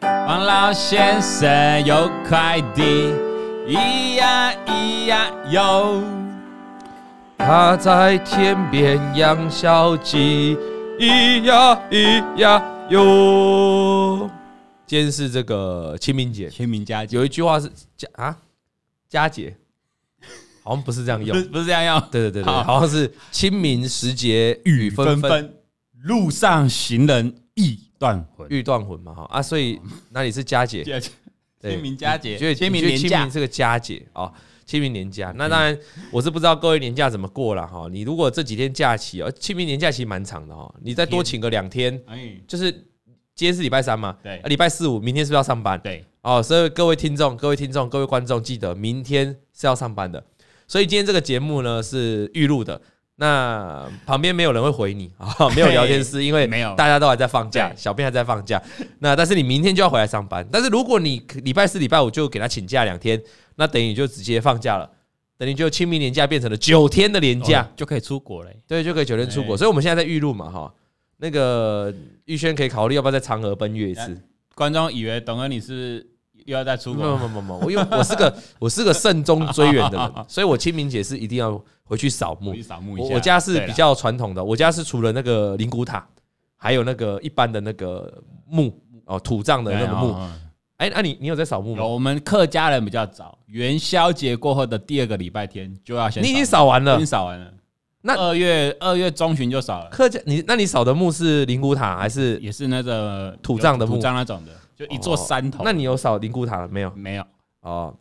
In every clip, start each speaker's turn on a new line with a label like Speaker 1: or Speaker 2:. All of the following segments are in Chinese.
Speaker 1: 老先生有快递，咿呀咿呀哟，
Speaker 2: 他在天边养小鸡，咿呀咿呀哟。今天是这个清明节，
Speaker 1: 清明佳节
Speaker 2: 有一句话是佳啊佳节，好像不是这 样
Speaker 1: 不
Speaker 2: 用
Speaker 1: 是。不是这样用，
Speaker 2: 对对对对，
Speaker 1: 好
Speaker 2: 好像是清明时节雨纷
Speaker 1: 纷
Speaker 2: 纷，
Speaker 1: 纷，路上行人欲断魂。
Speaker 2: 欲断魂嘛哈啊，所以那里是佳节，对
Speaker 1: 清明佳节，
Speaker 2: 觉得
Speaker 1: 哦清明
Speaker 2: 你
Speaker 1: 年
Speaker 2: 觉得
Speaker 1: 假
Speaker 2: 清明，是个佳节啊、哦清明年假。那当然，我是不知道各位年假怎么过了哈。你如果这几天假期哦，清明年假期蛮长的哦，你再多请个两天，
Speaker 1: 哎，
Speaker 2: 就是今天是礼拜三嘛，
Speaker 1: 对
Speaker 2: 啊礼、拜四五，明天是不是要上班？
Speaker 1: 对，
Speaker 2: 哦，所以各位听众、各位听众、各位观众，记得明天是要上班的。所以今天这个节目呢是预录的，那旁边没有人会回你 啊、没有聊天室，因为
Speaker 1: 没有
Speaker 2: 大家都还在放假，
Speaker 1: 对
Speaker 2: 小编还在放假。那但是你明天就要回来上班，但是如果你礼拜四、礼拜五就给他请假两天，那等于就直接放假了，等于就清明年假变成了九天的年假，
Speaker 3: 哦就可以出国了欸。
Speaker 2: 对，就可以九天出国。
Speaker 1: 哎
Speaker 2: 所以我们现在在预录嘛，哈。那个玉轩可以考虑要不要再嫦娥奔月一
Speaker 3: 呃
Speaker 2: 次？
Speaker 1: 观众以为董哥你是又要再出
Speaker 2: 没
Speaker 1: 国
Speaker 2: 有，没有没有没有，我因为我是个我是个慎终追远的人，所以我清明节是一定要回去扫墓
Speaker 1: 我去。扫墓一
Speaker 2: 我
Speaker 1: 下。
Speaker 2: 我家是
Speaker 1: 对
Speaker 2: 比
Speaker 1: 啦
Speaker 2: 较传统的，我家是除了那个灵骨塔，还有那个一般的那个墓哦，土葬的那个
Speaker 1: 对
Speaker 2: 墓。
Speaker 1: 哦
Speaker 2: 哎，那你你有在扫墓
Speaker 1: 有
Speaker 2: 吗？
Speaker 1: 我们客家人比较早，元宵节过后的第二个礼拜天就要先墓，
Speaker 2: 你已经扫完
Speaker 1: 已
Speaker 2: 了
Speaker 1: 经。扫完了。
Speaker 2: 那
Speaker 1: 二月二月中旬就扫了，
Speaker 2: 客家，你那你扫的墓是灵骨塔还是？
Speaker 1: 也是那个
Speaker 2: 土葬的墓
Speaker 1: 土葬那种的，就一座山头。
Speaker 2: 那你有扫灵骨塔了没有？
Speaker 1: 没有
Speaker 2: 哦，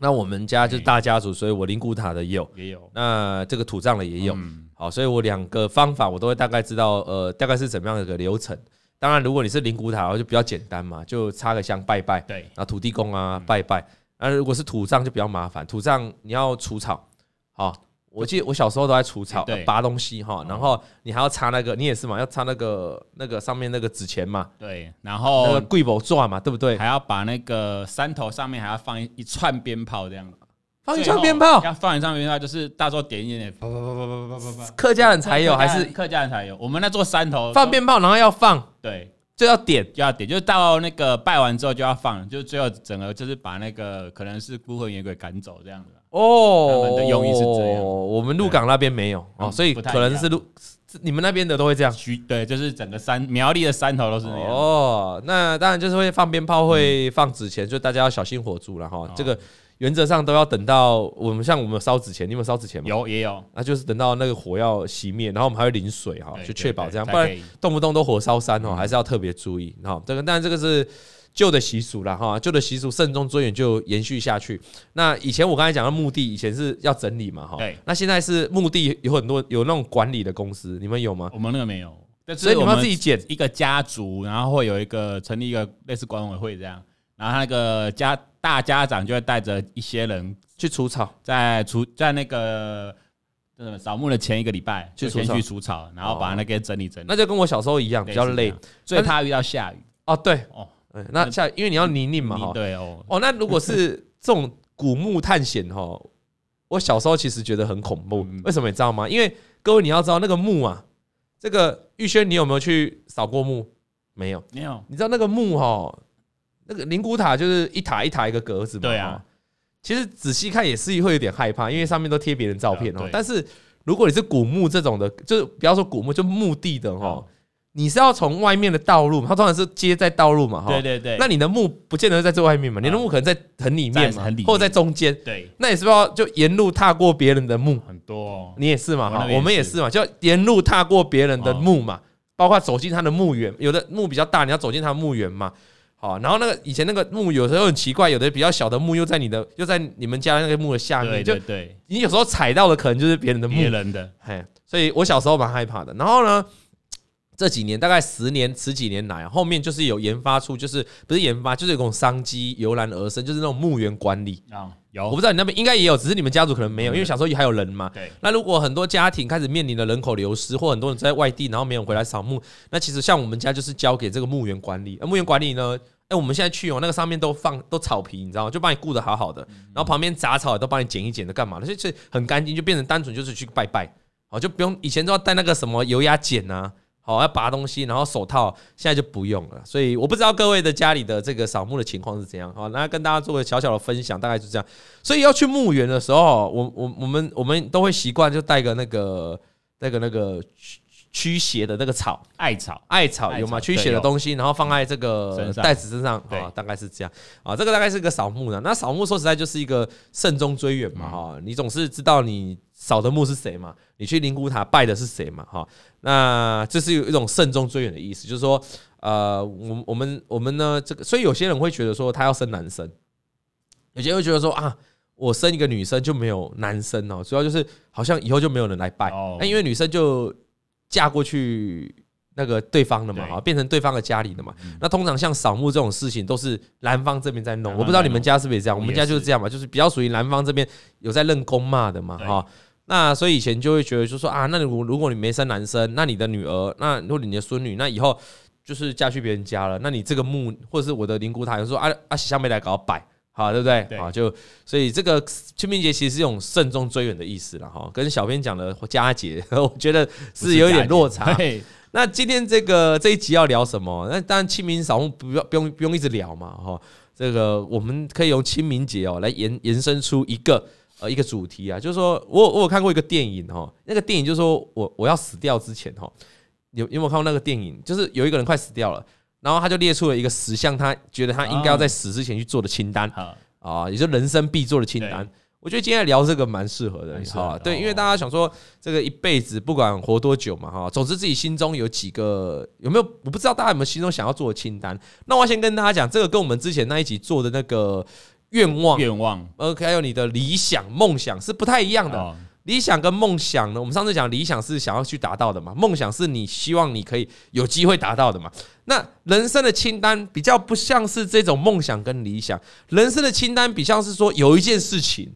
Speaker 2: 那我们家就是大家族，所以我灵骨塔的也有，
Speaker 1: 也有
Speaker 2: 那这个土葬的也有。
Speaker 1: 嗯
Speaker 2: 好，所以我两个方法我都会大概知道，呃，大概是怎么样的一个流程。当然，如果你是灵骨塔，就比较简单嘛，就插个香拜拜，
Speaker 1: 对，
Speaker 2: 啊，土地公
Speaker 1: 嗯
Speaker 2: 啊拜拜。那如果是土葬就比较麻烦，土葬你要除草，好，我记得我小时候都在除草，
Speaker 1: 哎对嗯
Speaker 2: 拔东西哈，然后你还要插那个，你也是嘛，要插那个那个上面那个纸钱嘛，
Speaker 1: 对，然
Speaker 2: 那个
Speaker 1: 后
Speaker 2: 贵宝钻嘛，对不对？
Speaker 1: 还要把那个山头上面还要放一一串鞭炮这样子，
Speaker 2: 放一
Speaker 1: 最
Speaker 2: 枪
Speaker 1: 后
Speaker 2: 鞭炮，
Speaker 1: 要放一串鞭炮，就是大家点一点点，啪啪啪啪啪啪啪啪，
Speaker 2: 客家人才有，
Speaker 1: 客
Speaker 2: 还
Speaker 1: 家人
Speaker 2: 是
Speaker 1: 客家人才有，我们那座山头
Speaker 2: 放鞭炮，然后要放
Speaker 1: 对。
Speaker 2: 就要点，
Speaker 1: 就要点，就到那个拜完之后就要放，就最后整个就是把那个可能是孤魂野鬼赶走这样子。
Speaker 2: 哦，
Speaker 1: 他们的用意是这样
Speaker 2: 我们鹿港那边没有哦，
Speaker 1: 嗯
Speaker 2: 所以
Speaker 1: 不太
Speaker 2: 可能是鹿，是你们那边的都会这样。
Speaker 1: 徐对，就是整个山苗栗的山头都是那样。
Speaker 2: 哦，那当然就是会放鞭炮，会放纸
Speaker 1: 嗯
Speaker 2: 钱，所以大家要小心火烛了
Speaker 1: 哦
Speaker 2: 哈。这个原则上都要等到我们像我们烧纸钱，你们有烧纸钱吗？
Speaker 1: 有也有，
Speaker 2: 那就是等到那个火要熄灭，然后我们还会淋水哈，
Speaker 1: 对
Speaker 2: 去确保这样，
Speaker 1: 对
Speaker 2: 不然
Speaker 1: 才可以嗯
Speaker 2: 动不动都火烧山哦，还是要特别注意哈。这个当然这个是旧的习俗啦哈，旧的习俗慎终追远就延续下去。那以前我刚才讲的墓地，以前是要整理嘛哈
Speaker 1: 对，
Speaker 2: 那现在是墓地有很多有那种管理的公司，你们有吗？
Speaker 1: 我们那个没有，但是
Speaker 2: 所以你
Speaker 1: 我
Speaker 2: 们要
Speaker 1: 们
Speaker 2: 自己捡
Speaker 1: 一个家族，然后会有一个成立一个类似管委会这样，然后他那个家大家长就会带着一些人
Speaker 2: 去除草。
Speaker 1: 在除在那个叫什么扫墓的前一个礼拜
Speaker 2: 去
Speaker 1: 就
Speaker 2: 除
Speaker 1: 先
Speaker 2: 草哦
Speaker 1: 去除草，然后把那个整理整理
Speaker 2: 那。就跟我小时候一样，比较累
Speaker 1: 类似嗯这样，最怕遇到下雨。
Speaker 2: 哦，对，
Speaker 1: 哦
Speaker 2: 嗯，那下因为你要泥泞嘛
Speaker 1: 你
Speaker 2: 哈，
Speaker 1: 对哦，
Speaker 2: 哦，那如 果是这种古墓探险哈，我小时候其实觉得很恐怖
Speaker 1: 嗯，
Speaker 2: 为什么你知道吗？因为各位你要知道那个墓啊，这个玉轩你有没有去扫过墓？没有，
Speaker 1: 没有
Speaker 2: 你知道那个墓哈，那个灵骨塔就是一塔一塔一个格子嘛，
Speaker 1: 对啊
Speaker 2: 齁。其实仔细看也是会有点害怕，因为上面都贴别人照片
Speaker 1: 对啊
Speaker 2: 哦
Speaker 1: 对。
Speaker 2: 但是如果你是古墓这种的，就是不要说古墓，就墓地的哦
Speaker 1: 哦，，
Speaker 2: 你是要从外面的道路嘛，它通常是接在道路嘛，哈。
Speaker 1: 对对对，
Speaker 2: 那你的墓不见得在最外面嘛，你的
Speaker 1: 嗯
Speaker 2: 墓可能在很里面嘛
Speaker 1: 在很里，面
Speaker 2: 或者在中间。
Speaker 1: 对
Speaker 2: 那你是不是要就沿路踏过别人的墓？
Speaker 1: 很多哦，
Speaker 2: 你也是嘛，
Speaker 1: 我
Speaker 2: 哈
Speaker 1: 那，边
Speaker 2: 我们也
Speaker 1: 也
Speaker 2: 是
Speaker 1: 是哦
Speaker 2: 嘛，就沿路踏过别人的墓嘛，包括走进他的墓园，有的墓比较大，你要走进他的墓园嘛。好，然后那个以前那个墓有时候很奇怪，有的比较小的墓又在你的又在你们家那个墓的下
Speaker 1: 对
Speaker 2: 面，
Speaker 1: 对
Speaker 2: 就
Speaker 1: 对，
Speaker 2: 你有时候踩到的可能就是别人的墓
Speaker 1: 别人的
Speaker 2: 嘿，所以我小时候蛮害怕的。然后呢，这几年大概十年、十几年来、啊，后面就是有研发出，就是不是研发，就是有一种商机油然而生，就是那种墓园管理。
Speaker 1: 啊
Speaker 2: 哦我不
Speaker 1: 有
Speaker 2: 知道你那边应该也有，只是你们家族可能没有，
Speaker 1: 嗯
Speaker 2: 因为小时候还有人嘛。
Speaker 1: 对
Speaker 2: 那如果很多家庭开始面临了人口流失，或很多人在外地，然后没有回来扫墓，那其实像我们家就是交给这个墓园管理。而呃墓园管理呢，哎、我们现在去哦，那个上面都放都草皮，你知道吗？就帮你顾得好好的，然后旁边杂草也都帮你剪一剪的，干嘛的？所以所以很干净，就变成单纯就是去拜拜，哦，就不用以前都要带那个什么油压剪啊。好、要拔东西，然后手套现在就不用了。所以我不知道各位的家里的这个扫墓的情况是怎样。好、那跟大家做个小小的分享，大概就这样。所以要去墓园的时候，我我我们我们都会习惯就带个那个那个那个驱驱邪的那个草，
Speaker 1: 艾草，
Speaker 2: 艾草有
Speaker 1: 艾草
Speaker 2: 吗？驱邪
Speaker 1: 对
Speaker 2: 的
Speaker 1: 有
Speaker 2: 东西，然后放在这个
Speaker 1: 身上
Speaker 2: 袋子身上
Speaker 1: 对
Speaker 2: 啊，大概是这样啊。这个大概是个扫墓呢。那扫墓说实在就是一个慎终追远
Speaker 1: 嗯
Speaker 2: 嘛哈，你总是知道你扫的墓是谁嘛，你去灵骨塔拜的是谁嘛哈。那这是有一种慎终追远的意思，就是说呃，我我们我们呢这个，所以有些人会觉得说他要生男生，有些人会觉得说啊。我生一个女生就没有男生哦，主要就是好像以后就没有人来拜，
Speaker 1: 哦
Speaker 2: 哎那因为女生就嫁过去那个对方的嘛，
Speaker 1: 对嗯
Speaker 2: 啊，变成对方的家里的嘛。那通常像扫墓这种事情，都是男方这边在
Speaker 1: 男
Speaker 2: 弄。
Speaker 1: 方哦
Speaker 2: 我不知道你们家是不是也这样，
Speaker 1: 在
Speaker 2: 我
Speaker 1: 弄
Speaker 2: 们家就是这样嘛，就是比较属于男方这边有在认公骂的嘛，哈、那所以以前就会觉得，就说啊，那如果如果你没生男生，那你的女儿，那如果你的孙女，那以后就是嫁去别人家了，那你这个墓或者是我的灵骨塔，有人说啊啊，喜香没来搞摆，好对不对？
Speaker 1: 对
Speaker 2: 啊，就所以这个清明节其实是一种慎终追远的意思了哈，跟小编讲的佳节， 我觉得是有一点落差。
Speaker 1: 对，
Speaker 2: 那今天这个这一集要聊什么？那当然清明扫墓不要不用不用一直聊嘛哈、这个我们可以用清明节哦来延延伸出一个呃一个主题啊，就是说我有我有看过一个电影哦，那个电影就是说我我要死掉之前哦，有有没有看过那个电影？就是有一个人快死掉了，然后他就列出了一个十项他觉得他应该要在死之前去做的清单。
Speaker 1: 好，
Speaker 2: 啊，也就是人生必做的清单
Speaker 1: 对。
Speaker 2: 我觉得今天聊这个蛮适合的
Speaker 1: 蛮，适合的
Speaker 2: 哈，对，
Speaker 1: 哦
Speaker 2: 因为大家想说这个一辈子不管活多久嘛，哈，总之自己心中有几个有没有，我不知道大家有没有心中想要做的清单。那我要先跟大家讲，这个跟我们之前那一集做的那个愿望，
Speaker 1: 愿望
Speaker 2: 呃，还有你的理想、梦想是不太一样的。
Speaker 1: 哦
Speaker 2: 理想跟梦想呢，我们上次讲理想是想要去达到的嘛，梦想是你希望你可以有机会达到的嘛。那人生的清单比较不像是这种梦想跟理想，人生的清单比像是说有一件事情，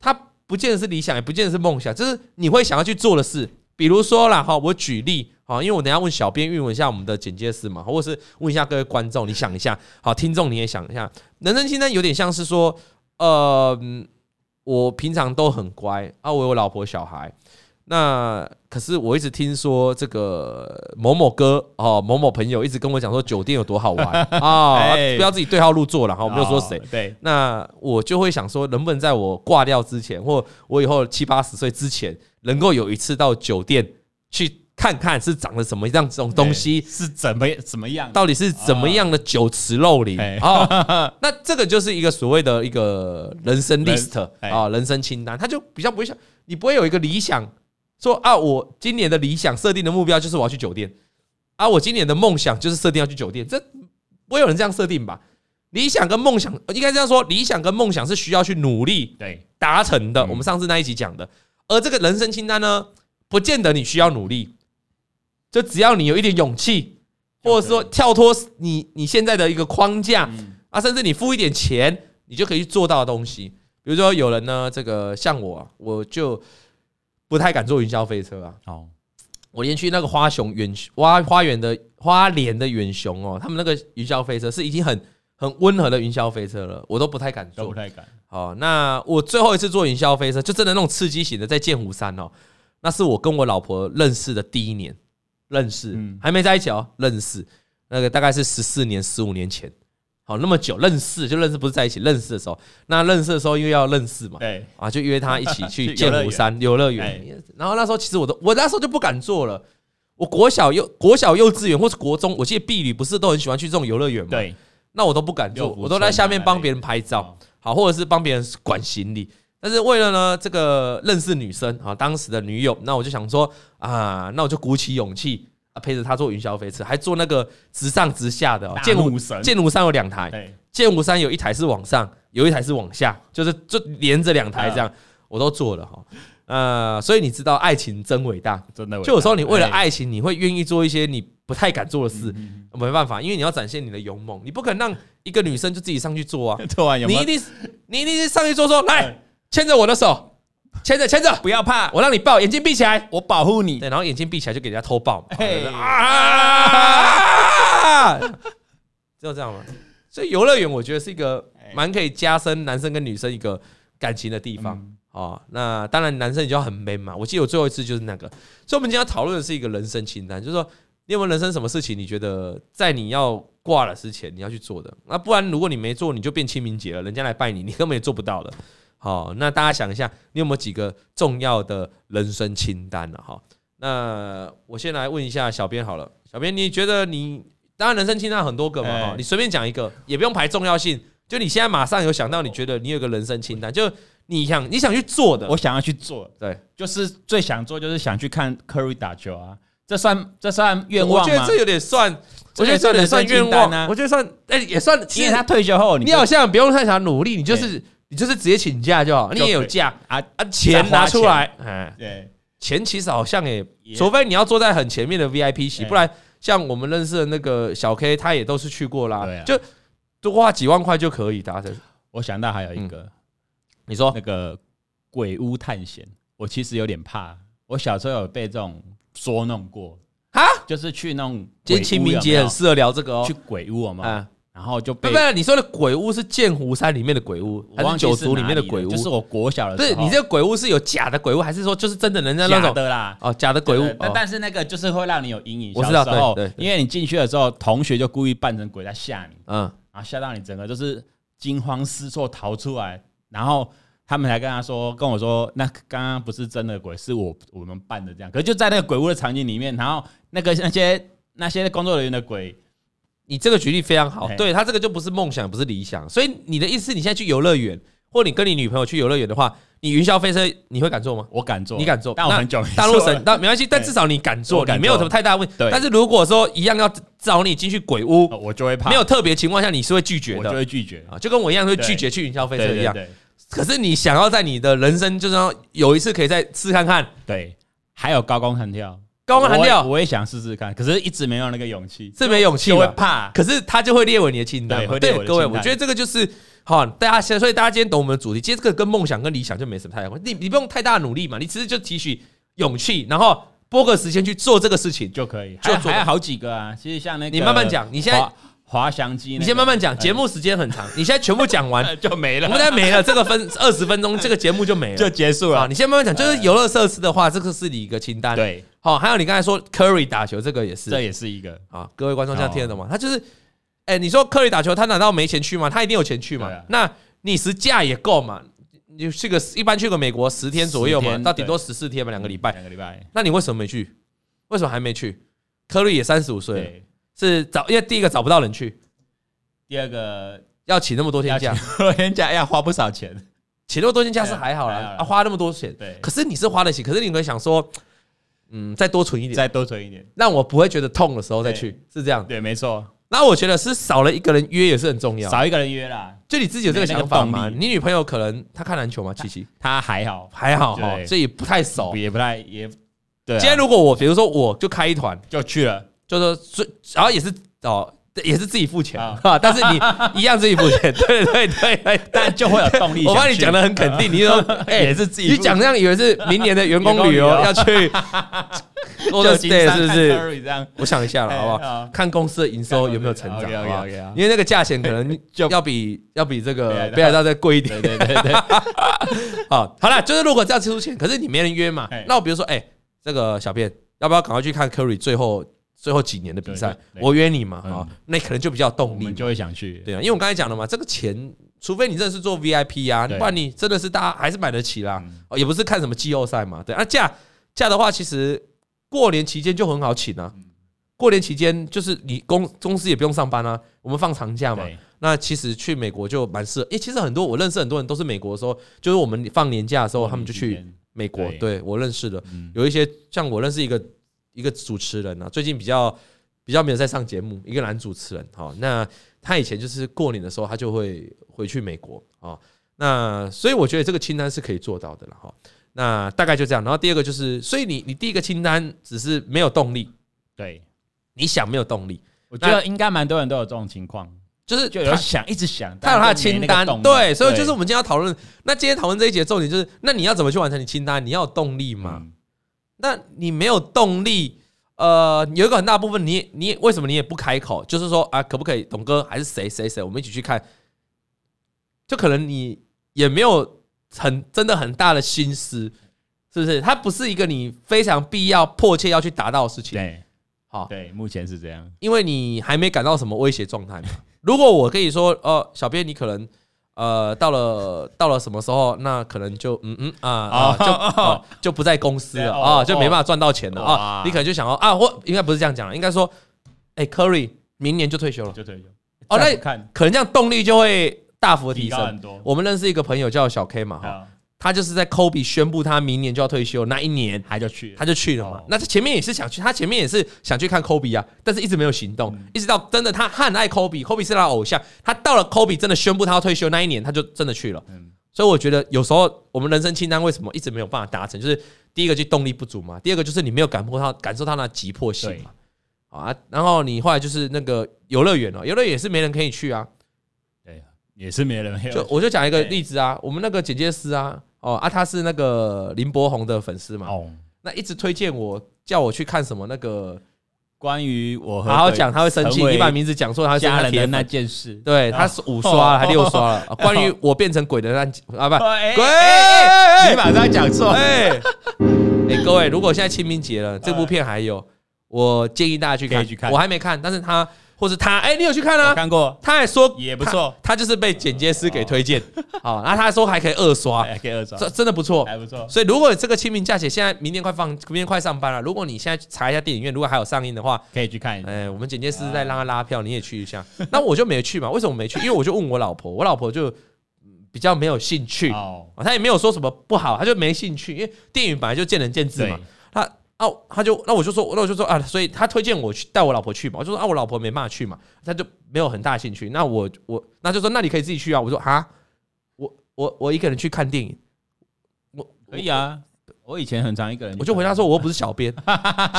Speaker 2: 它不见得是理想，也不见得是梦想，就是你会想要去做的事。比如说啦，哈，我举例，好，因为我等一下问小编运问一下我们的简介室嘛，或者是问一下各位观众，你想一下，好，听众你也想一下，人生清单有点像是说，呃，嗯我平常都很乖啊，我有老婆小孩。那可是我一直听说这个某某哥哦，某某朋友一直跟我讲说酒店有多好玩啊，
Speaker 1: 哎
Speaker 2: 不要自己对号入座了哈，我没有说谁
Speaker 1: 哦。对，
Speaker 2: 那我就会想说，能不能在我挂掉之前，或我以后七八十岁之前，能够有一次到酒店去看看是长得什么样这种东西
Speaker 1: 对，是怎么怎么样？
Speaker 2: 到底是怎么样的酒池肉林
Speaker 1: 哎
Speaker 2: 哦？ 那这个就是一个所谓的一个人生
Speaker 1: 人
Speaker 2: list
Speaker 1: 哎
Speaker 2: 啊、人生清单，它就比较不会像你不会有一个理想，说啊，我今年的理想设定的目标就是我要去酒店，啊，我今年的梦想就是设定要去酒店，这不会有人这样设定吧？理想跟梦想呃应该这样说，理想跟梦想是需要去努力
Speaker 1: 对，
Speaker 2: 达成的。
Speaker 1: 嗯
Speaker 2: 我们上次那一集讲的，而这个人生清单呢，不见得你需要努力，就只要你有一点勇气，
Speaker 1: 就可以
Speaker 2: 或者说跳脱你你现在的一个框架
Speaker 1: 嗯
Speaker 2: 啊，甚至你付一点钱，你就可以去做到的东西。比如说有人呢，这个像我啊，我就不太敢坐云霄飞车啊，
Speaker 1: 哦，
Speaker 2: 我连去那个花熊远花花园的花莲的远雄哦，他们那个云霄飞车是已经很很温和的云霄飞车了，我都不太敢
Speaker 1: 都不
Speaker 2: 坐。
Speaker 1: 太敢，
Speaker 2: 好，那我最后一次坐云霄飞车，就真的那种刺激型的，在剑湖山哦，那是我跟我老婆认识的第一年，认识、
Speaker 1: 嗯
Speaker 2: 还没在一起哦，认识那个大概是十四年、十五年前，好那么久认识就认识，不是在一起认识的时候，那认识的时候因为要认识嘛，
Speaker 1: 对，
Speaker 2: 啊，就约他一 起去
Speaker 1: 去
Speaker 2: 剑
Speaker 1: 游乐
Speaker 2: 湖
Speaker 1: 园哎
Speaker 2: 山游乐园。然后那时候其实我都我那时候就不敢做了。我国小幼国小幼稚园或是国中，我记得婢女不是都很喜欢去这种游乐园吗？
Speaker 1: 对，
Speaker 2: 那我都不敢做，
Speaker 1: 六福
Speaker 2: 我都在
Speaker 1: 村
Speaker 2: 下
Speaker 1: 啊
Speaker 2: 面
Speaker 1: 那
Speaker 2: 帮
Speaker 1: 类
Speaker 2: 别人拍照
Speaker 1: 哦，
Speaker 2: 好，或者是帮别人管行李。但是为了呢，这个认识女生啊，当时的女友，那我就想说啊，那我就鼓起勇气啊，陪着她坐云霄飞车，还坐那个直上直下的、哦
Speaker 1: 大
Speaker 2: 剑湖
Speaker 1: 怒神
Speaker 2: 剑湖山有两台，
Speaker 1: 对，
Speaker 2: 剑湖山有一台是往上，有一台是往下，就是就连着两台
Speaker 1: 嗯
Speaker 2: 这样，我都做了哈。呃，所以你知道爱情真伟大，
Speaker 1: 真的，
Speaker 2: 就有时候你为了爱情，你会愿意做一些你不太敢做的事，
Speaker 1: 哎嗯，
Speaker 2: 没办法，因为你要展现你的勇猛，你不可能让一个女生就自己上去做啊，
Speaker 1: 突然有
Speaker 2: 你
Speaker 1: 没有
Speaker 2: 一定你一定是上去做说来
Speaker 1: 哎
Speaker 2: 牵着我的手，牵着牵着，
Speaker 1: 不要怕，
Speaker 2: 我让你抱，眼睛闭起来，
Speaker 1: 我保护你，
Speaker 2: 对，然后眼睛闭起来就给人家偷抱嘛，
Speaker 1: 嘿
Speaker 2: 啊， 就这样嘛。所以游乐园我觉得是一个蛮可以加深男生跟女生一个感情的地方
Speaker 1: 嗯
Speaker 2: 哦。那当然男生你就要很 man 嘛。我记得我最后一次就是那个，所以我们今天要讨论的是一个人生清单，就是说你有没有人生什么事情你觉得在你要挂了之前你要去做的？那不然如果你没做，你就变清明节了，人家来拜你，你根本也做不到了。好，那大家想一下，你有没有几个重要的人生清单呢、啊？哈，那我先来问一下小编好了，小编你觉得你当然人生清单很多个嘛，哈、
Speaker 1: 哎
Speaker 2: 你随便讲一个，也不用排重要性。就你现在马上有想到，你觉得你有个人生清单，就你想你想去做的，
Speaker 1: 我想要去做，
Speaker 2: 对，
Speaker 1: 就是最想做就是想去看科瑞打球啊，这算这算愿望
Speaker 2: 我觉得
Speaker 1: 吗
Speaker 2: 这？有点算，
Speaker 1: 这
Speaker 2: 我觉得
Speaker 1: 也
Speaker 2: 这
Speaker 1: 算
Speaker 2: 有点算
Speaker 1: 人生
Speaker 2: 愿
Speaker 1: 清单
Speaker 2: 望
Speaker 1: 啊
Speaker 2: 我觉得算，哎、也算。
Speaker 1: 因为他退休后，
Speaker 2: 你
Speaker 1: 就
Speaker 2: 好像不用太想努力，你就是你就是直接请假就好，你也有假
Speaker 1: 啊，
Speaker 2: 啊，钱拿出来，哎，
Speaker 1: 对，
Speaker 2: 钱其实好像也，
Speaker 1: 也
Speaker 2: 除非你要坐在很前面的 VIP 席，
Speaker 1: 哎
Speaker 2: 不然像我们认识的那个小 K，他也都是去过啦
Speaker 1: 对，啊
Speaker 2: 就多花几万块就可以达成。
Speaker 1: 我想到还有
Speaker 2: 嗯
Speaker 1: 一个
Speaker 2: 你说
Speaker 1: 那个鬼屋探险，我其实有点怕，我小时候有被这种捉弄过，
Speaker 2: 啊？
Speaker 1: 就是去那种
Speaker 2: 今
Speaker 1: 鬼
Speaker 2: 天
Speaker 1: 屋
Speaker 2: 清明节
Speaker 1: 有没
Speaker 2: 很
Speaker 1: 有
Speaker 2: 适合聊这个哦
Speaker 1: 去。鬼屋嘛，
Speaker 2: 啊，
Speaker 1: 然后就
Speaker 2: 不
Speaker 1: 被
Speaker 2: 不，你说的鬼屋是剑湖山里面的鬼屋，
Speaker 1: 我
Speaker 2: 还是
Speaker 1: 忘记
Speaker 2: 九
Speaker 1: 是
Speaker 2: 族里
Speaker 1: 哪
Speaker 2: 面的
Speaker 1: 了
Speaker 2: 鬼屋？
Speaker 1: 就是我国小的
Speaker 2: 不是
Speaker 1: 时候，
Speaker 2: 你这个鬼屋是有假的鬼屋，还是说就是真的人家那
Speaker 1: 假
Speaker 2: 种
Speaker 1: 的啦。
Speaker 2: 哦假的鬼屋
Speaker 1: 对？但
Speaker 2: 哦
Speaker 1: 但是那个就是会让你有阴影。
Speaker 2: 我知道
Speaker 1: 小时候
Speaker 2: 对对对
Speaker 1: 因为你进去的时候，同学就故意扮成鬼在吓你，
Speaker 2: 嗯，
Speaker 1: 然后吓到你整个就是惊慌失措逃出来，然后他们才跟他说，跟我说，那刚刚不是真的鬼，是我我们扮的这样。可是就在那个鬼屋的场景里面，然后那个那些那些工作人员的鬼，
Speaker 2: 你这个举例非常好，
Speaker 1: 嘿
Speaker 2: 对他这个就不是梦想，不是理想，所以你的意思，你现在去游乐园，或你跟你女朋友去游乐园的话，你云霄飞车你会敢 坐吗？
Speaker 1: 我敢做，
Speaker 2: 你敢做
Speaker 1: 但我
Speaker 2: 那
Speaker 1: 很久没
Speaker 2: 大陆
Speaker 1: 做
Speaker 2: 省
Speaker 1: 了，
Speaker 2: 那没关系，但至少你敢做，
Speaker 1: 我敢
Speaker 2: 你没有
Speaker 1: 做
Speaker 2: 什么太大问题。
Speaker 1: 对
Speaker 2: 但是如果说一样要找你进去鬼屋
Speaker 1: 呃，我就会怕，
Speaker 2: 没有特别情况下，你是会拒绝
Speaker 1: 我就
Speaker 2: 的
Speaker 1: 会拒绝。
Speaker 2: 啊，就跟我一样会
Speaker 1: 对
Speaker 2: 拒绝去云霄飞
Speaker 1: 对
Speaker 2: 车一
Speaker 1: 对
Speaker 2: 样。
Speaker 1: 对
Speaker 2: 可是你想要在你的人生，就是要有一次可以再试看看
Speaker 1: 对，还有高空弹跳，
Speaker 2: 高空弹
Speaker 1: 我
Speaker 2: 跳，
Speaker 1: 也我也想试试看，可是一直没有那个勇气，
Speaker 2: 是没勇气
Speaker 1: 就会
Speaker 2: 吧
Speaker 1: 怕。
Speaker 2: 可是他就会列为你的清单
Speaker 1: 对
Speaker 2: 嘛。
Speaker 1: 会列我的
Speaker 2: 各位，
Speaker 1: 清
Speaker 2: 我
Speaker 1: 单
Speaker 2: 觉得这个就是好，大家现所以大家今天懂我们的主题，其实这个跟梦想跟理想就没什么太大关系。你你不用太大的努力嘛，你其实就提取勇气，然后拨个时间去做这个事情。
Speaker 1: 就可以，
Speaker 2: 就
Speaker 1: 还
Speaker 2: 做
Speaker 1: 还有好几个啊。其实像那个，
Speaker 2: 你慢慢讲你现在
Speaker 1: 滑滑翔机那个，
Speaker 2: 你先慢慢讲，
Speaker 1: 哎
Speaker 2: 节目时间很长，你现在全部讲完，
Speaker 1: 呃 就没
Speaker 2: 我
Speaker 1: 了
Speaker 2: 们，再没了这个分二十分钟，这个节目就没
Speaker 1: 就哎
Speaker 2: 了。
Speaker 1: 结束
Speaker 2: 啊，
Speaker 1: 了。
Speaker 2: 你先慢慢讲，就是游乐设施的话，这个是你一个清单。，
Speaker 1: 对，
Speaker 2: 好，还有你刚才说 Curry 打球这个也是
Speaker 1: 这，也是一个
Speaker 2: 啊，各位观众这样听得懂
Speaker 1: 哦
Speaker 2: 吗？他就是，哎、你说科里打球，他难道没钱去吗？他一定有钱去嘛。
Speaker 1: 对啊
Speaker 2: 那你时假也够嘛？你去个一般去个美国十天左右
Speaker 1: 10
Speaker 2: 嘛，
Speaker 1: 天
Speaker 2: 到顶多十四天嘛，两个礼拜。
Speaker 1: 两个礼拜。
Speaker 2: 那你为什么没去？为什么还没去？科瑞也三十五岁了，
Speaker 1: 对，
Speaker 2: 是找因为第一个找不到人去，
Speaker 1: 第二个
Speaker 2: 要请那么多天
Speaker 1: 要
Speaker 2: 假，
Speaker 1: 请人家要花不少钱。
Speaker 2: 请那么多天假是
Speaker 1: 对啊
Speaker 2: 还好
Speaker 1: 还好
Speaker 2: 啦
Speaker 1: 啦，
Speaker 2: 啊，花那么多钱，
Speaker 1: 对，
Speaker 2: 可是你是花得起，可是你可以想说，嗯，再多存一点，
Speaker 1: 再多存一点。
Speaker 2: 让我不会觉得痛的时候再
Speaker 1: 对
Speaker 2: 去，是这样。
Speaker 1: 对，没错，
Speaker 2: 那我觉得是少了一个人约也是很重要，
Speaker 1: 少一个人约啦，
Speaker 2: 就你自己有这个想法
Speaker 1: 没
Speaker 2: 吗？
Speaker 1: 那个动
Speaker 2: 你女朋友可能她看篮球吗？琪琪
Speaker 1: 他还好，
Speaker 2: 还好哈，
Speaker 1: 对
Speaker 2: 所以不太熟。
Speaker 1: 也不太也对啊。
Speaker 2: 哦今天如果我比如说我就开一团，
Speaker 1: 就去了，
Speaker 2: 就说最然后也是哦，也是自己付钱
Speaker 1: 啊
Speaker 2: 哈，但是你一样自己付 钱，对对对对。
Speaker 1: 但就会有动力想去。 啊
Speaker 2: 我帮你讲的很肯定，你 说哎
Speaker 1: 也是自己付
Speaker 2: 你讲这样以为是明年的员工
Speaker 1: 员工
Speaker 2: 旅游
Speaker 1: 旅游
Speaker 2: 要去
Speaker 1: 就
Speaker 2: Golden
Speaker 1: 金山
Speaker 2: State 是不
Speaker 1: 看
Speaker 2: 是？
Speaker 1: Curry 这样？
Speaker 2: 我想一下了，好不
Speaker 1: 哎
Speaker 2: 好
Speaker 1: 好？
Speaker 2: 看公司的营收有没有成长，好不好？
Speaker 1: ？OK，OK，OK，好
Speaker 2: 因为那个价钱可能
Speaker 1: 啊 就
Speaker 2: 要比要比这
Speaker 1: 北海
Speaker 2: 个
Speaker 1: 道
Speaker 2: 北海道再贵一点
Speaker 1: 对。对对对，
Speaker 2: 好，好了，就是如果这样出钱，可是你没人约嘛
Speaker 1: 哎，
Speaker 2: 那我比如说，哎、这个小便要不要赶快去看 Curry 最后最后几年的比赛
Speaker 1: 对？对对
Speaker 2: 我约你嘛，啊、
Speaker 1: 嗯
Speaker 2: 那可能就比较
Speaker 1: 我
Speaker 2: 动力
Speaker 1: 们，就会想去。
Speaker 2: 对啊，因为我刚才讲了嘛，这个钱，除非你真的是做 VIP 啊，
Speaker 1: 对
Speaker 2: 不然你真的是大家还是买得起啦，
Speaker 1: 嗯
Speaker 2: 哦，也不是看什么季后赛嘛，对啊，假假的话，其实过年期间就很好请啊。
Speaker 1: 嗯
Speaker 2: 过年期间就是你公公司也不用上班啊，我们放长假嘛，
Speaker 1: 对
Speaker 2: 那其实去美国就蛮适合，因为其实很多我认识很多人都是美国的时候，就是我们放年假的时候，他们就去美国。
Speaker 1: 嗯对
Speaker 2: 对我认识的
Speaker 1: 嗯
Speaker 2: 有一些，像我认识一个一个主持人啊，最近比较比较没有在上节目，一个男主持人哈、哦。那他以前就是过年的时候，他就会回去美国啊、哦。那所以我觉得这个清单是可以做到的了哈、那大概就这样。然后第二个就是，所以你你第一个清单只是没有动力，
Speaker 1: 对，
Speaker 2: 你想没有动力，
Speaker 1: 我觉得应该蛮多人都有这种情况，
Speaker 2: 就是
Speaker 1: 就
Speaker 2: 他
Speaker 1: 有想一直想，
Speaker 2: 他有他的
Speaker 1: 但就没
Speaker 2: 清
Speaker 1: 那个
Speaker 2: 单
Speaker 1: 动，力
Speaker 2: 对，所以就是我们今天要讨论。那今天讨论这一节重点就是，那你要怎么去完成你清单？你要有动力嘛？
Speaker 1: 嗯
Speaker 2: 那你没有动力，呃，有一个很大部分你也，你也为什么你也不开口？就是说啊，可不可以，董哥还是谁谁谁，我们一起去看？就可能你也没有很真的很大的心思，是不是？它不是一个你非常必要、迫切要去达到的事情。
Speaker 1: 对
Speaker 2: 好，
Speaker 1: 对，目前是这样。
Speaker 2: 因为你还没感到什么威胁状态嘛。如果我跟你说，呃，小编你可能呃到了到了什么时候，那可能就嗯嗯啊
Speaker 1: 哦
Speaker 2: 啊就哦就不在公司了
Speaker 1: 对哦
Speaker 2: 啊，
Speaker 1: 哦
Speaker 2: 就没办法赚到钱了啊
Speaker 1: 哇。
Speaker 2: 你可能就想要啊，我应该不是这样讲，应该说，哎，Curry 明年就退休了，
Speaker 1: 就退休。
Speaker 2: 哦那
Speaker 1: 再不看
Speaker 2: 可能这样动力就会大幅地提
Speaker 1: 提高很
Speaker 2: 升。
Speaker 1: 多。
Speaker 2: 我们认识一个朋友叫小 K 嘛，哈，
Speaker 1: 好，
Speaker 2: 他就是在 Kobe 宣布他明年就要退休那一年，
Speaker 1: 他就去了
Speaker 2: 他就去了嘛
Speaker 1: 哦。
Speaker 2: 那他前面也是想去，他前面也是想去看 Kobe 啊，但是一直没有行动，
Speaker 1: 嗯
Speaker 2: 一直到真的他很爱 Kobe，Kobe 是他的偶像，他到了 Kobe 真的宣布他要退休那一年，他就真的去了。
Speaker 1: 嗯
Speaker 2: 所以我觉得有时候我们人生清单为什么一直没有办法达成，就是第一个就动力不足嘛，第二个就是你没有感受到感受到那急迫性嘛。好啊，然后你后来就是那个游乐园了，哦游乐园也是没人可以去啊。
Speaker 1: 对，也是没人没
Speaker 2: 就
Speaker 1: 有。哦
Speaker 2: 我就讲一个
Speaker 1: 对
Speaker 2: 例子啊，我们那个剪接师啊，哦啊，他是那个林柏宏的粉丝嘛，
Speaker 1: 哦，
Speaker 2: 那一直推荐我叫我去看什么那个，
Speaker 1: 关于我和
Speaker 2: 好好
Speaker 1: 鬼
Speaker 2: 讲他会生气，
Speaker 1: 成为
Speaker 2: 你把名字讲错，他会生
Speaker 1: 哦家
Speaker 2: 气
Speaker 1: 人的那
Speaker 2: 铁粉。
Speaker 1: 件事。
Speaker 2: 对，
Speaker 1: 啊
Speaker 2: 他是五 刷了，还六刷了。啊关于我变成鬼的那集啊，不，
Speaker 1: 哎
Speaker 2: 鬼，
Speaker 1: 你马上讲错。
Speaker 2: 哎 哎，各位，如果现在清明节了，这部片还有，我建议大家去
Speaker 1: 可
Speaker 2: 看
Speaker 1: 以去。看
Speaker 2: 我还没看，但是他或是他，哎，你有去看
Speaker 1: 我
Speaker 2: 啊？
Speaker 1: 看过，
Speaker 2: 他还说
Speaker 1: 也不错哦
Speaker 2: 他，他就是被剪接师给推荐。好，然后他还说还可以二刷，
Speaker 1: 哎，给二张
Speaker 2: 这，真哦的不错。
Speaker 1: 还不错。
Speaker 2: 所以，如果这个清明假期现在明天快放，明天快上班了，如果你现在去查一下电影院，如果还有上映的话，
Speaker 1: 可以去看一下。
Speaker 2: 哎，我们剪接师在让他拉票，你也去一下。 那我就没去嘛，为什么没去？因为我就问我老婆，我老婆就嗯比较没有兴趣，
Speaker 1: 哦，
Speaker 2: 她也没有说什么不好，她就没兴趣，因为电影本来就见仁见智
Speaker 1: 对
Speaker 2: 嘛。，她啊，她就那我就说，那我就说啊，所以她推荐我去带我老婆去嘛，我就说啊，我老婆没办法去嘛，她就没有很大兴趣。那我我那就说，那你可以自己去啊。我说啊，我我我一个人去看电影，我
Speaker 1: 可以啊。我以前很常一个人，
Speaker 2: 我就回答说，我又不是小编，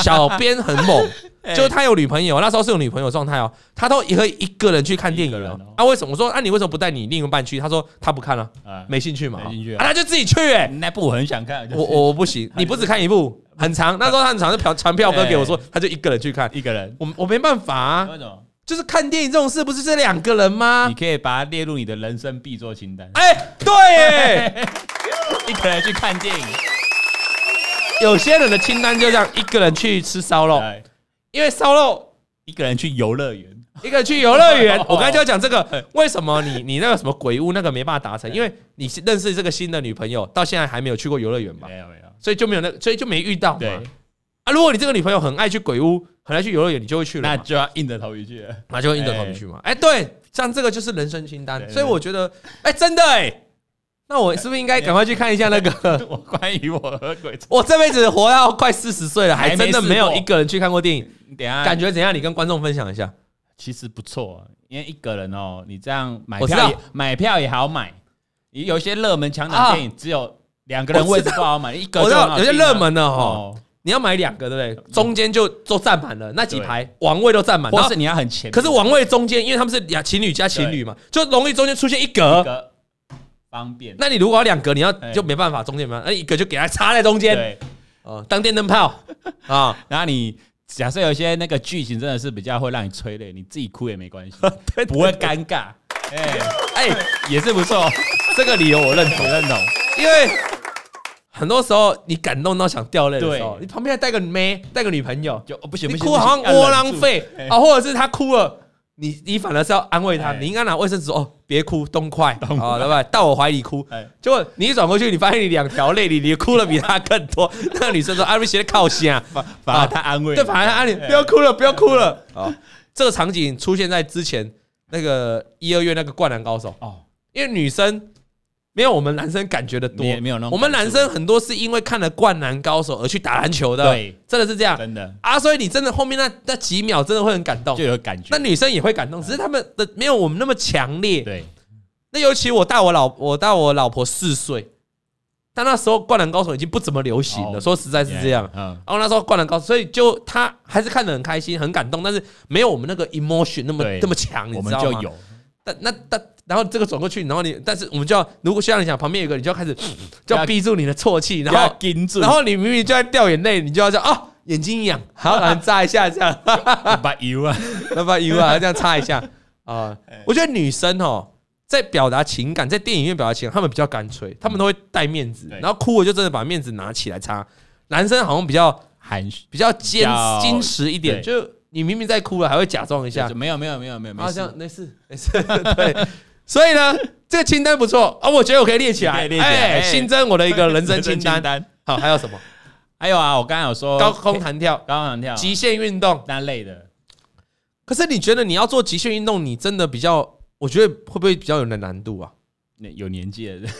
Speaker 2: 小编很 猛，
Speaker 1: 哎
Speaker 2: 就是他有女朋友，那时候是有女朋友状态哦，他都也可以一个人去看电影
Speaker 1: 一个人
Speaker 2: 哦
Speaker 1: 哦。
Speaker 2: 啊，为什么？我说，啊，你为什么不带你另一半去？他说他不看了，
Speaker 1: 啊，
Speaker 2: 没兴趣嘛，
Speaker 1: 没兴趣
Speaker 2: 啊，
Speaker 1: 啊
Speaker 2: 他就自己去 哎。
Speaker 1: 那部我很想看，就是
Speaker 2: 我我我不行，你不只看一部，很长。那时候他很长，就嫖传票哥给我
Speaker 1: 哎
Speaker 2: 说，他就一个人去看，
Speaker 1: 一个人。
Speaker 2: 我我没办法啊，
Speaker 1: 为什么？
Speaker 2: 就是看电影这种事，不是这两个人吗
Speaker 1: 你？可以把它列入你的人生必做清单。
Speaker 2: 哎，对哎，
Speaker 1: 一个人去看电影，
Speaker 2: 有些人的清单就这样，一个人去吃烧肉，
Speaker 1: 哎
Speaker 2: 因为烧肉
Speaker 1: 一个人去游乐园，
Speaker 2: 一个去游乐园
Speaker 1: 哦，
Speaker 2: 我刚才就要讲这个，为什么你你那个什么鬼屋那个没办法达成？因为你认识这个新的女朋友，到现在还没有去过游乐园吧，
Speaker 1: 没有没有，
Speaker 2: 所以就没有那，所以就没遇到嘛
Speaker 1: 对。，
Speaker 2: 啊，如果你这个女朋友很爱去鬼屋，很爱去游乐园，你就会去了
Speaker 1: 那
Speaker 2: 嘛，
Speaker 1: 就要硬着头皮去了。
Speaker 2: 那就会硬着头皮去嘛。哎，对，像这个就是人生清单，
Speaker 1: 对
Speaker 2: 所以我觉得，哎，真的哎，那我是不是应该赶快去看一下那 个？
Speaker 1: 我关于我和鬼差，
Speaker 2: 我这辈子活到快四十岁了，还真的没有一个人去看过电影，
Speaker 1: 你等一下
Speaker 2: 感觉怎样？你跟观众分享一下。
Speaker 1: 其实不错，啊因为一个人哦，你这样买
Speaker 2: 我知
Speaker 1: 票
Speaker 2: 道
Speaker 1: 也买票也好买，有一些热门强档电影只有两个人位置不好买，一个
Speaker 2: 我知
Speaker 1: 就很
Speaker 2: 道
Speaker 1: 好
Speaker 2: 有些
Speaker 1: 订啊
Speaker 2: 热门的哈。
Speaker 1: 哦，
Speaker 2: 你要买两个，对不对？中间就都占满了，那几
Speaker 1: 对
Speaker 2: 排王位都占满。
Speaker 1: 或
Speaker 2: 然后
Speaker 1: 是你要很前面，
Speaker 2: 可是王位中间，因为他们是俩情侣加情侣嘛，就容易中间出现一
Speaker 1: 一
Speaker 2: 格。
Speaker 1: 个方便，
Speaker 2: 那你如果要两格，你要
Speaker 1: 哎
Speaker 2: 就没办法，中间没办法，那一格就给它插在中间，
Speaker 1: 对，
Speaker 2: 哦，当电灯泡啊。
Speaker 1: 然后你。假设有些那个剧情真的是比较会让你催泪，你自己哭也没 关系，
Speaker 2: 对
Speaker 1: 不会尴尬，哎、
Speaker 2: 哎，
Speaker 1: 也是不错，
Speaker 2: 这个理由我认
Speaker 1: 我
Speaker 2: 同，
Speaker 1: 认同。
Speaker 2: 因为很多时候你感动到想掉泪的时候，
Speaker 1: 对
Speaker 2: 你旁边还带个妹，带个女朋友，
Speaker 1: 就、哦、不行
Speaker 2: 你
Speaker 1: 不行，
Speaker 2: 哭好像
Speaker 1: 不行要
Speaker 2: 窝
Speaker 1: 忍
Speaker 2: 囊
Speaker 1: 住
Speaker 2: 废
Speaker 1: 哎
Speaker 2: 啊，或者是他哭了，你你反而是要安慰他，
Speaker 1: 哎
Speaker 2: 你应该拿卫生纸说哦，别哭，东快啊，对吧？到我怀里哭
Speaker 1: 哎，
Speaker 2: 结果你一转过去，你发现你两条泪，你你哭了比他更 多。那个女生说：“阿瑞写的靠啊，
Speaker 1: 反反而他安慰你，
Speaker 2: 对，反而阿瑞
Speaker 1: 哎
Speaker 2: 不要哭了，不要哭了。”啊，这个场景出现在之前那个一二月那个《灌篮高手》，
Speaker 1: 哦，
Speaker 2: 因为女生没有我们男生感觉的多
Speaker 1: 没，没有那种
Speaker 2: 我们
Speaker 1: 感
Speaker 2: 男
Speaker 1: 触
Speaker 2: 生很多是因为看了《灌篮高手》而去打篮球的，
Speaker 1: 对，
Speaker 2: 真的是这样。
Speaker 1: 真的
Speaker 2: 啊，所以你真的后面那那几秒真的会很感动
Speaker 1: 就。有感觉。
Speaker 2: 那女生也会感动，只是他们的没有我们那么强烈。
Speaker 1: 对，
Speaker 2: 那尤其我大我老我大我老婆四岁，但那时候《灌篮高手》已经不怎么流行了，
Speaker 1: 哦
Speaker 2: 说实在是这样。
Speaker 1: 嗯，
Speaker 2: 然后那时候《灌篮高手》，所以就她还是看得很开心，很感动，但是没有我们那个 emotion 那么
Speaker 1: 对
Speaker 2: 那么强，你
Speaker 1: 我
Speaker 2: 知
Speaker 1: 们
Speaker 2: 道
Speaker 1: 就
Speaker 2: 吗？
Speaker 1: 有
Speaker 2: 但那但然后这个转过去，然后你但是我们就要，如果像你讲旁边有一个，你就 要开始就要逼住你的啜泣，然后
Speaker 1: 盯住，
Speaker 2: 然后你明明就在掉眼泪，你就要叫啊眼睛痒，好，然后眨一下这样。
Speaker 1: 把油 啊，
Speaker 2: 那把油啊这样擦一下啊、我觉得女生哦，在表达情感，在电影院表达情感，她们比较干脆，她们都会带面子，
Speaker 1: 对
Speaker 2: 然后哭我就真的把面子拿起来擦。男生好像比较
Speaker 1: 含蓄
Speaker 2: 比较坚
Speaker 1: 较
Speaker 2: 矜持一点，
Speaker 1: 对
Speaker 2: 就你明明在哭了，还会假装一
Speaker 1: 一下，
Speaker 2: 下
Speaker 1: 就，没有没有没有没有，没
Speaker 2: 啊，
Speaker 1: 事
Speaker 2: 这样没事没事， 对，所以呢，这个清单不错啊，我觉得我可以列起
Speaker 1: 可
Speaker 2: 来
Speaker 1: 以，列起来哎
Speaker 2: 新增我的一个人 生清单。
Speaker 1: 单。
Speaker 2: 好，还有什么？
Speaker 1: 还有啊，我刚才有说
Speaker 2: 高空弹跳、
Speaker 1: 高空弹跳、
Speaker 2: 极限运动。
Speaker 1: 那类的，
Speaker 2: 可是你觉得你要做极限运动，你真的比较，我觉得会不会比较有点 难度啊？
Speaker 1: 那有年纪的 人，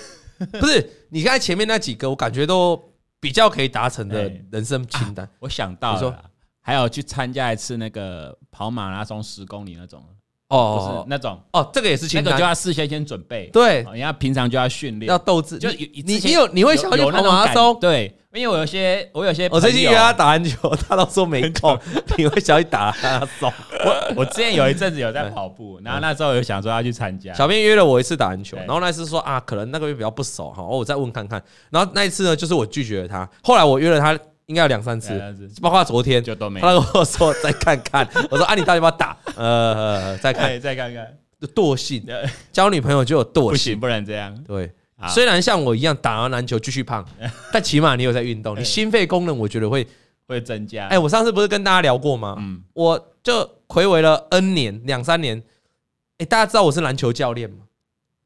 Speaker 2: 不是，你刚才前面那几个，我感觉都比较可以达成的
Speaker 1: 哎
Speaker 2: 人生清单。
Speaker 1: 我想到
Speaker 2: 你
Speaker 1: 了
Speaker 2: 说
Speaker 1: 啦，还有去参加一次那个跑马拉松十公里那种，啊就是
Speaker 2: 哦
Speaker 1: 那种
Speaker 2: 哦，这个也是
Speaker 1: 那
Speaker 2: 清
Speaker 1: 个就
Speaker 2: 单，
Speaker 1: 要事先先准备，
Speaker 2: 对，
Speaker 1: 哦你要平常就要训练
Speaker 2: 要，斗志。
Speaker 1: 就
Speaker 2: 你
Speaker 1: 以
Speaker 2: 你
Speaker 1: 之前
Speaker 2: 你有你会想要去
Speaker 1: 有
Speaker 2: 跑
Speaker 1: 那种
Speaker 2: 马拉
Speaker 1: 感
Speaker 2: 松？
Speaker 1: 对，因为我有些我有些
Speaker 2: 我最近
Speaker 1: 朋友啊
Speaker 2: 约他打篮球，他都说没 空，你会想去打他手。
Speaker 1: 我我之前有一阵子有在跑步，然后那时候有想说要去参加，
Speaker 2: 小编约了我一次打篮球，
Speaker 1: 对
Speaker 2: 然后那次说啊，可能那个月比较不熟哈，哦我再问看看。然后那一次呢，就是我拒绝了他。后来我约了他，应该有两三次
Speaker 1: 两三次，
Speaker 2: 包括昨天，
Speaker 1: 就都没
Speaker 2: 他跟我说再看看。 我说啊，你到底要不要打？呃，再看
Speaker 1: 对，哎再看看，
Speaker 2: 惰性，
Speaker 1: 呃
Speaker 2: 交女朋友就有惰
Speaker 1: 不
Speaker 2: 性。
Speaker 1: 行，不能这样。
Speaker 2: 对，
Speaker 1: 好
Speaker 2: 虽然像我一样打完篮球继 续胖，但起码你有在运动，你
Speaker 1: 对
Speaker 2: 心肺功能我觉得会。
Speaker 1: 会增加。
Speaker 2: 哎，我上次不是跟大家聊过吗？
Speaker 1: 嗯，
Speaker 2: 我就回违了 N 年，两三年。哎、大家知道我是篮球教练吗？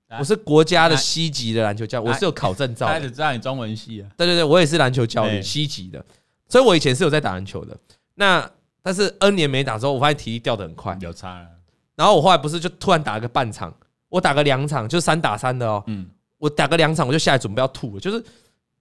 Speaker 1: 啊
Speaker 2: 我是国家的
Speaker 1: 啊
Speaker 2: 西级的篮球教练，我是有考证照
Speaker 1: 他
Speaker 2: 的。
Speaker 1: 只知道你中文系啊，
Speaker 2: 对对对，我也是篮球教练，
Speaker 1: 对
Speaker 2: 西级的，所以我以前是有在打篮球的。那但是 N 年没打之后，我发现体力掉得很快。
Speaker 1: 有差了。
Speaker 2: 然后我后来不是就突然打个半场，我打个两场，就三打三的哦。
Speaker 1: 嗯，
Speaker 2: 我打个两场我就下来准备要吐了，就是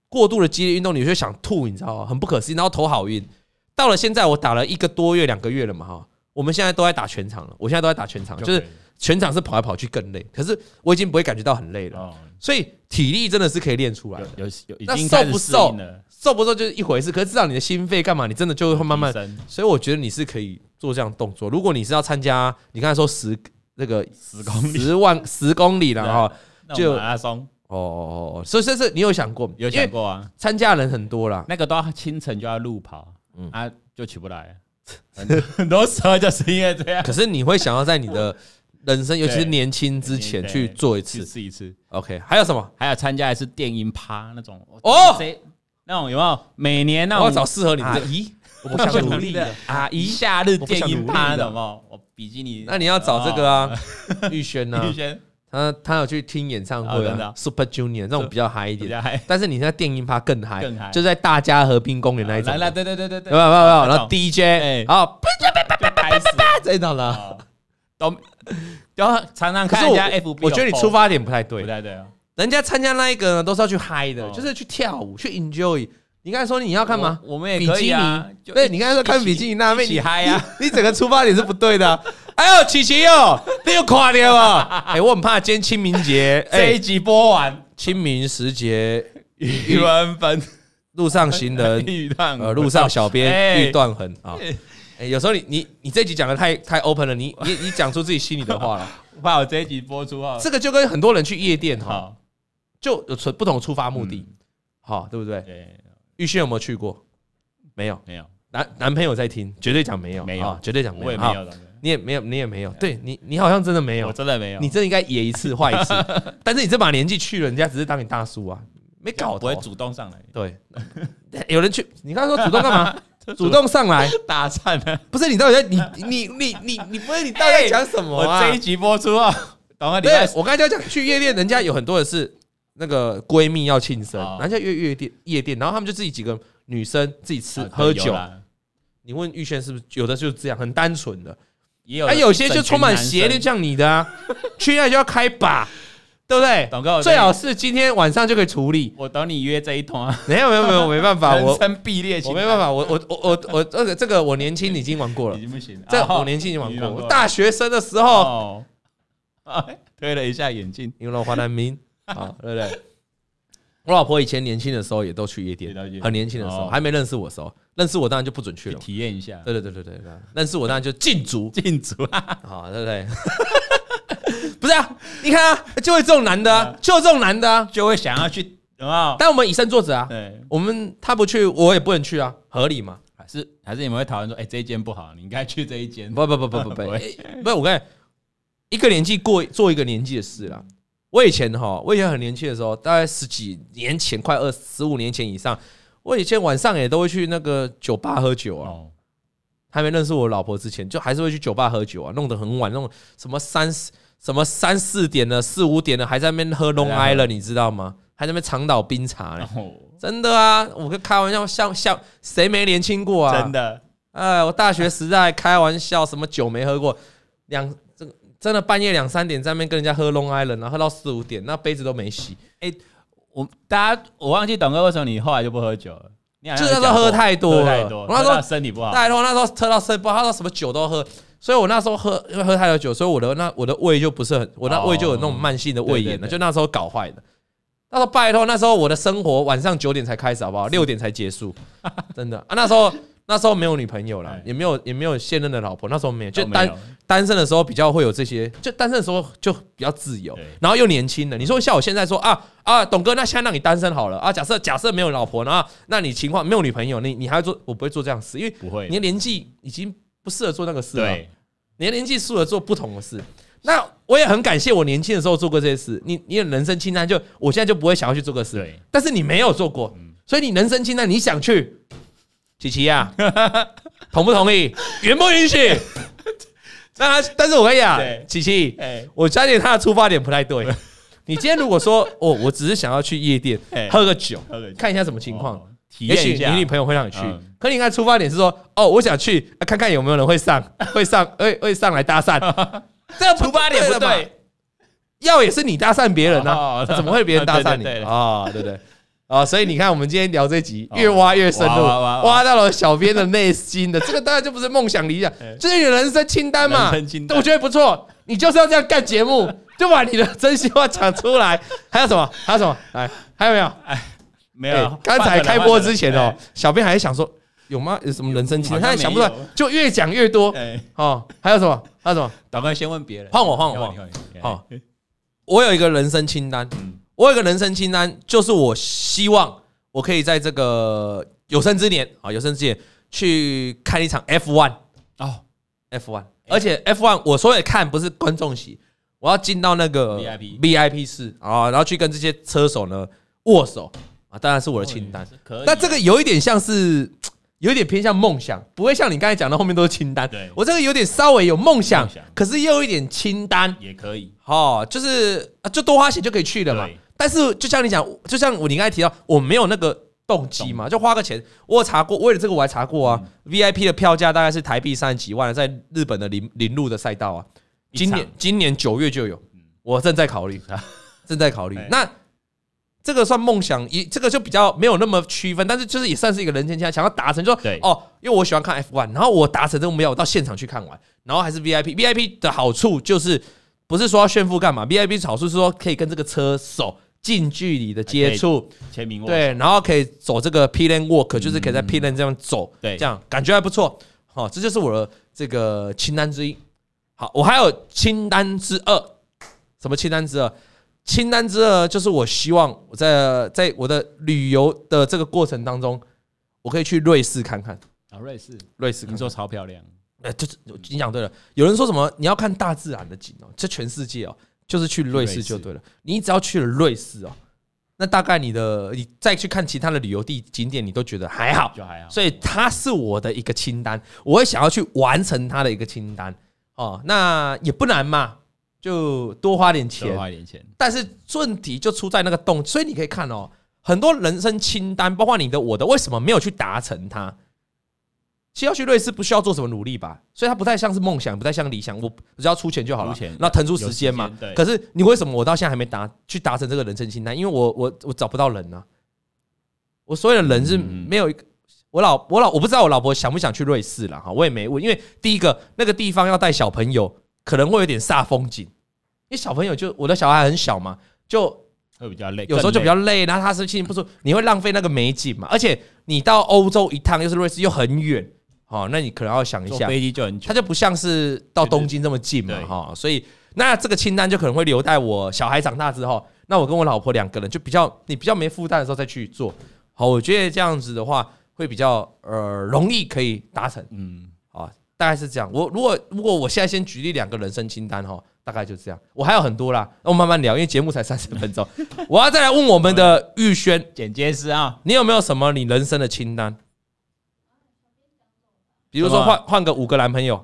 Speaker 2: 过度的激烈运动，你就想吐，你知道吗？很不可思议。然后头好晕，到了现在我打了一个多月、两个月了嘛哈，我们现在都在打全场了，我现在都在打全场，就是
Speaker 1: 可以
Speaker 2: 全场是跑来跑去更累，可是我已经不会感觉到很累了，
Speaker 1: 哦，
Speaker 2: 所以体力真的是可以练出来的。
Speaker 1: 有有有已
Speaker 2: 那
Speaker 1: 经
Speaker 2: 瘦
Speaker 1: 开始
Speaker 2: 不
Speaker 1: 适
Speaker 2: 瘦
Speaker 1: 应了，
Speaker 2: 瘦不瘦就是一回事，可是至少你的心肺干嘛，你真的就会慢慢
Speaker 1: 提。升
Speaker 2: 所以我觉得你是可以做这样的动作。如果你是要参加，你刚才说十那个
Speaker 1: 十公里，
Speaker 2: 十万十公里了
Speaker 1: 对
Speaker 2: 哈
Speaker 1: 啊，那
Speaker 2: 就
Speaker 1: 种马拉松
Speaker 2: 哦哦哦哦，所以这是你有想过吗，
Speaker 1: 有
Speaker 2: 因为
Speaker 1: 想过啊？
Speaker 2: 参加人很多啦，
Speaker 1: 那个都要清晨就要路跑，
Speaker 2: 嗯
Speaker 1: 啊，就起不来。很多 很多时候就是因为这样，
Speaker 2: 可是你会想要在你 的人生，尤其是
Speaker 1: 对
Speaker 2: 年轻之前
Speaker 1: 对
Speaker 2: 去做一
Speaker 1: 去
Speaker 2: 次。
Speaker 1: 试一次。
Speaker 2: OK，还有什么？
Speaker 1: 还有参加一次电音趴那种，
Speaker 2: 哦
Speaker 1: 谁那种有没有？每年那
Speaker 2: 我要
Speaker 1: 种
Speaker 2: 找适合你
Speaker 1: 啊
Speaker 2: 的。咦，我不想努力的啊！
Speaker 1: 一夏日
Speaker 2: 我不想
Speaker 1: 电音
Speaker 2: 努力
Speaker 1: 趴
Speaker 2: 的
Speaker 1: 的嘛，我比基尼。
Speaker 2: 那你要找这个啊， 玉轩
Speaker 1: 哦，
Speaker 2: 呐
Speaker 1: 玉，轩
Speaker 2: 他他有去听演唱
Speaker 1: 哦
Speaker 2: 会
Speaker 1: 真的
Speaker 2: 啊
Speaker 1: 啊
Speaker 2: ，Super Junior 那种比较嗨一
Speaker 1: 比
Speaker 2: 点。
Speaker 1: 较嗨，
Speaker 2: 但是你在电音趴更嗨，
Speaker 1: 更嗨啊
Speaker 2: 就在大家河滨公园那一种
Speaker 1: 来。来，对对对对
Speaker 2: 有
Speaker 1: 对
Speaker 2: 没，有？有没有？有没有然后
Speaker 1: 那种
Speaker 2: DJ，
Speaker 1: 哎
Speaker 2: 然后
Speaker 1: 就开始
Speaker 2: 这种的。
Speaker 1: 啊，都然后常常
Speaker 2: 可是
Speaker 1: 看人
Speaker 2: 我
Speaker 1: 家 FB，
Speaker 2: 我觉得你
Speaker 1: 有 po
Speaker 2: 出发点不太对
Speaker 1: 不。太对哦，
Speaker 2: 人家参加那一个呢，都是要去嗨的，
Speaker 1: 哦
Speaker 2: 就是去跳舞，去 enjoy。你刚才说你要干嘛？
Speaker 1: 我我们也可以啊，就
Speaker 2: 对，你刚才说看比基尼辣妹，
Speaker 1: 一起
Speaker 2: 你
Speaker 1: 嗨啊！
Speaker 2: 你 整个出发点是不对的 啊。哎呦，琪琪哦，你有垮掉 啊！哎，我很怕今天清明节，
Speaker 1: 这一
Speaker 2: 哎，
Speaker 1: 集播完，
Speaker 2: 清明时节，
Speaker 1: 余文芬、
Speaker 2: 路上行 人，
Speaker 1: 余段
Speaker 2: 呃，路上小编
Speaker 1: 哎
Speaker 2: 欲断痕啊。哎，有时候你你你这集讲的太太 open 了，你你你讲出自己心里的话了。
Speaker 1: 怕我这一集播出后，
Speaker 2: 这个就跟很多人去夜店哈，
Speaker 1: 好嗯
Speaker 2: 就有存不同的出发目的，好，对不对？
Speaker 1: 对，
Speaker 2: 玉轩有没有去过？没有。
Speaker 1: 没有，
Speaker 2: 男男朋友在听，绝对讲没有，
Speaker 1: 没有
Speaker 2: 啊绝对讲
Speaker 1: 我也
Speaker 2: 没有，
Speaker 1: 没
Speaker 2: 啊
Speaker 1: 有，
Speaker 2: 你也没有，你也没有，对你，你好像真的没
Speaker 1: 我
Speaker 2: 有，
Speaker 1: 真的没有，
Speaker 2: 你真的应该野一次坏一 次，但是你这把年纪去了，人家只是当你大叔啊，没搞
Speaker 1: 不会
Speaker 2: 头。
Speaker 1: 主动上来
Speaker 2: 对， 有人去，你刚刚说主动干 嘛？主动上来，
Speaker 1: 搭讪的。
Speaker 2: 不是你到底在你你你你你不是你到底在讲什么
Speaker 1: 我
Speaker 2: 啊
Speaker 1: 这一？集播出后，等啊会礼
Speaker 2: 对
Speaker 1: 拜，
Speaker 2: 我刚才就讲去夜店，人家有很多的是那个闺蜜要庆生，
Speaker 1: 哦
Speaker 2: 人家约夜店夜店，然后他们就自己几个女生自己吃
Speaker 1: 啊
Speaker 2: 喝
Speaker 1: 有
Speaker 2: 酒。
Speaker 1: 啦
Speaker 2: 你问玉轩是不是有的就是这样，很单纯的。
Speaker 1: 也有
Speaker 2: 啊，
Speaker 1: 人
Speaker 2: 有些
Speaker 1: 整
Speaker 2: 就
Speaker 1: 群
Speaker 2: 充满
Speaker 1: 男
Speaker 2: 邪
Speaker 1: 生
Speaker 2: 念，像你的啊， 去那里就要开把，对不对？
Speaker 1: 董哥，我
Speaker 2: 最
Speaker 1: 等
Speaker 2: 好
Speaker 1: 你
Speaker 2: 是今天晚上就可以处理。
Speaker 1: 我等你约这一通啊，
Speaker 2: 没有没有没有，没 办法，
Speaker 1: 人
Speaker 2: 我
Speaker 1: 生必列
Speaker 2: 我
Speaker 1: 清
Speaker 2: 没
Speaker 1: 单，
Speaker 2: 办法，我我我我我这个这个我年轻已经玩过了
Speaker 1: 已，经不行了，
Speaker 2: 这
Speaker 1: 哦
Speaker 2: 我年轻已经玩
Speaker 1: 已经玩
Speaker 2: 过了，
Speaker 1: 过了
Speaker 2: 我大哦学生的时候，
Speaker 1: 哦，哎 推了一下眼镜，
Speaker 2: 因为华南民 啊，对不对？我老婆以前年轻的时候也都去夜
Speaker 1: 也
Speaker 2: 店
Speaker 1: 都去，
Speaker 2: 很年轻的时候，
Speaker 1: 哦
Speaker 2: 还没认识我的时候，认识我当然就不准去
Speaker 1: 去
Speaker 2: 了嘛。
Speaker 1: 体验一下
Speaker 2: 对对对对对，对认识我当然就禁足，
Speaker 1: 禁足啊，
Speaker 2: 好，对不 对？不是啊，你看啊，就会这种男的、啊，就这种男的啊。
Speaker 1: 就会想要去，然后
Speaker 2: 但我们以身作则啊，
Speaker 1: 对，
Speaker 2: 我们他不去，我也不能去啊，合理嘛？
Speaker 1: 还是还是你们会讨论说，哎，这一间不好，你应该去这一间，
Speaker 2: 不不不不不 不，
Speaker 1: 不
Speaker 2: 不
Speaker 1: 会
Speaker 2: 是我跟你讲一个年纪过做一个年纪的事啦。我以前哈，我以前很年轻的时候，大概十几年前，快二十五年前以上，我以前晚上也都会去那个酒吧喝酒啊，
Speaker 1: 哦，
Speaker 2: 还没认识我老婆之前，就还是会去酒吧喝酒啊，弄得很晚，弄什么三四什么三四点了、四五点了，还在那边喝 Long
Speaker 1: 还在哦
Speaker 2: Island，你知道吗？还在那边长岛冰茶嘞
Speaker 1: 然，后
Speaker 2: 真的啊！我跟开玩笑，像像谁没年轻过啊？
Speaker 1: 真的
Speaker 2: 哎，我大学时代开玩笑，什么酒没喝过，两这个真的半夜两三点在那边跟人家喝 Long Island，然后喝到四五点，那杯子都没洗，
Speaker 1: 我大家我忘记董哥为什么你后来就不喝酒了，你好像
Speaker 2: 就是
Speaker 1: 有
Speaker 2: 那时候
Speaker 1: 讲过
Speaker 2: 喝太多
Speaker 1: 喝
Speaker 2: 了
Speaker 1: 太多，
Speaker 2: 我那
Speaker 1: 喝
Speaker 2: 时候
Speaker 1: 到身体不好，
Speaker 2: 拜托，那时候喝到睡不好，他说什么酒都喝，所以我那时候喝因为喝太多酒，所以我的那我的胃就不是很，我那
Speaker 1: 哦
Speaker 2: 胃就有那种慢性的胃炎
Speaker 1: 对
Speaker 2: 了，
Speaker 1: 对对
Speaker 2: 就那时候搞坏的。那时候拜托，那时候我的生活晚上九点才开始，好不好？六点才结束，真的啊！那时候那时候没有女朋友啦
Speaker 1: 哎，
Speaker 2: 也没有也没有现任的老婆，那时候没有，就
Speaker 1: 都没
Speaker 2: 单
Speaker 1: 有
Speaker 2: 单身的时候比较会有这些，就单身的时候就比较自由
Speaker 1: 对，
Speaker 2: 然后又年轻了。你说像我现在说啊啊，董哥，那现在让你单身好了啊，假设假设没有老婆，然后啊那你情况没有女朋友，你你还会做？我不会做这样的事，因为
Speaker 1: 不会
Speaker 2: 你的年纪已经不适合做那个事了，
Speaker 1: 对
Speaker 2: 你的年纪适合做不同的事。那我也很感谢我年轻的时候做过这些事，你你的人生清单就我现在就不会想要去做个事，
Speaker 1: 对，嗯
Speaker 2: 但是你没有做过，所以你人生清单你想去，琪琪呀、啊， 同不同意？允不 允许？那但是我跟你讲
Speaker 1: 对，
Speaker 2: 琪琪，
Speaker 1: 哎
Speaker 2: 我相信他的出发点不太对。你今天如果说哦，我只是想要去 夜店
Speaker 1: 哎
Speaker 2: 喝个酒，
Speaker 1: 喝个酒
Speaker 2: 看一下什么情况，
Speaker 1: 哦体
Speaker 2: 也
Speaker 1: 验
Speaker 2: 许
Speaker 1: 一下
Speaker 2: 你女朋友会让你去
Speaker 1: 嗯，
Speaker 2: 可你应该出发点是说，哦，我想去、啊看看有没有人 会上，会上，会会上来搭讪。这个不
Speaker 1: 出发点不
Speaker 2: 了嘛
Speaker 1: 对，，
Speaker 2: 要也是你搭讪别人啊
Speaker 1: 哦，
Speaker 2: 怎么会别人搭讪你
Speaker 1: 对对对
Speaker 2: 啊？对不对？啊，所以你看，我们今天聊这集
Speaker 1: 哦
Speaker 2: 越挖越深入，
Speaker 1: 挖挖挖挖
Speaker 2: 挖到了小编的内心的，这个当然就不是梦想 理想
Speaker 1: 哎，
Speaker 2: 就是你的人生清单嘛。
Speaker 1: 人生清单
Speaker 2: 我觉得不错，你就是要这样干节目，就把你的真心话讲出来。还有什么？还有什么？来，还有没有？
Speaker 1: 没
Speaker 2: 哎
Speaker 1: 有。
Speaker 2: 刚
Speaker 1: 换
Speaker 2: 才
Speaker 1: 个人
Speaker 2: 开播之前，
Speaker 1: 换
Speaker 2: 哦
Speaker 1: 个人，哎
Speaker 2: 小编还想说有吗？有什么人生清单？
Speaker 1: 好
Speaker 2: 他
Speaker 1: 像
Speaker 2: 也想不出来
Speaker 1: 没有，
Speaker 2: 就越讲越多
Speaker 1: 哎，哎
Speaker 2: 哦。还有什么？还有什么？
Speaker 1: 导哥先问别人，
Speaker 2: 换我，换我，换我
Speaker 1: 换。你，哎
Speaker 2: 好，我有一个人生清单，
Speaker 1: 嗯
Speaker 2: 我有一个人生清单，就是我希望我可以在这个有生之年啊，有生之年去看一场 F one
Speaker 1: 哦
Speaker 2: F one，而且 F one 我所谓的看不是观众席，我要进到那个
Speaker 1: VIP
Speaker 2: VIP 室啊，然后去跟这些车手呢握手啊，当然是我的清单。
Speaker 1: 哦可以。
Speaker 2: 那这个有一点像是，有一点偏向梦想，不会像你刚才讲的后面都是清单
Speaker 1: 对。
Speaker 2: 我这个有点稍微有梦想
Speaker 1: 梦想，
Speaker 2: 可是又有一点清单。
Speaker 1: 也可以，
Speaker 2: 哦，就是啊，就多花钱就可以去了嘛
Speaker 1: 对。
Speaker 2: 但是就像你讲，就像我你刚才提到，我没有那个动机嘛，就花个钱。我有查过，为了这个我还查过啊、v
Speaker 1: 嗯
Speaker 2: i p 的票价大概是台币三十几万，在日本的林林路的赛道啊，
Speaker 1: 一
Speaker 2: 今
Speaker 1: 场嗯
Speaker 2: 年今年九月就有，我正 在考虑，正在考虑
Speaker 1: 哎。
Speaker 2: 那这个算梦想，也这个就比较没有那么区分，但是就是也算是一个人生清单，想要达成，就说
Speaker 1: 对
Speaker 2: 哦，因为我喜欢看 F1，然后我达成这个目标，我到现场去看完，然后还是 VIP。VIP 的好处就是不是说要炫富干嘛，VIP 的好处是说可以跟这个车手近距离的
Speaker 1: 哎
Speaker 2: 接触，
Speaker 1: 签名我
Speaker 2: 对，然后可以走这个 P lane walk，就是可以在 P lane 这样走，
Speaker 1: 对
Speaker 2: 这样感觉还不错。好、这就是我的这个清单之一。好，我还有清单之二，什么清单之二？清单之二就是我希望我在在我的旅游的这个过程当中，我可以去瑞士看看。
Speaker 1: 啊，瑞士，
Speaker 2: 瑞士看
Speaker 1: 你
Speaker 2: 看，
Speaker 1: 说超漂亮，
Speaker 2: 哎，就是你讲对了。有人说什么你要看大自然的景哦，这全世界哦，就是去瑞士就对了。你只要去了瑞士哦，那大概你的你再去看其他的旅游地景点，你都觉得还好。
Speaker 1: 就还好。
Speaker 2: 所以它是我的一个清单，我会想要去完成它的一个清单哦。那也不难嘛，就多花点
Speaker 1: 多
Speaker 2: 钱，
Speaker 1: 花一点钱，
Speaker 2: 但是问题就出在那个动，所以你可以看哦，很多人生清单，包括你的、我的，为什么没有去达成它？其实要去瑞士不需要做什么努力吧，所以它不太像是梦想，不太像理想，我只要出钱就好了
Speaker 1: 出钱，
Speaker 2: 那腾出时间嘛
Speaker 1: 有时间。对
Speaker 2: 可是你为什么我到现在还没达去达成这个人生清单？因为我我我找不到人啊，我所有的人是
Speaker 1: 嗯
Speaker 2: 没有一个。我老我老我不知道我老婆想不想去瑞士了哈，我也没问，因为第一个那个地方要带小朋友，可能会有点煞风景，因为小朋友就我的小孩很小嘛，就
Speaker 1: 会比较累，
Speaker 2: 有时候就比
Speaker 1: 更
Speaker 2: 较累，然后他是心情不舒服，你会浪费那个美景嘛。而且你到欧洲一趟，又是瑞士又很远，哦，那你可能要想
Speaker 1: 累
Speaker 2: 一
Speaker 1: 坐
Speaker 2: 下，
Speaker 1: 飞机就很
Speaker 2: 它
Speaker 1: 久，
Speaker 2: 就不像是到东京这么近嘛
Speaker 1: 对，对
Speaker 2: 哈、所以那这个清单就可能会留待我小孩长大之后，那我跟我老婆两个人就比较，你比较没负担的时候再去做。好，我觉得这样子的话会比较呃容易可以达成。
Speaker 1: 嗯，
Speaker 2: 啊，大概是这样。我如果如果我现在先举例两个人生清单哈，大概就这样。我还有很多啦，那我慢慢聊，因为节目才三十分钟。 我要再来问我们的玉轩，
Speaker 1: 剪接师啊，
Speaker 2: 你有没有什么你人生的清单？比如说
Speaker 1: 什么啊
Speaker 2: 换换个五个男朋友，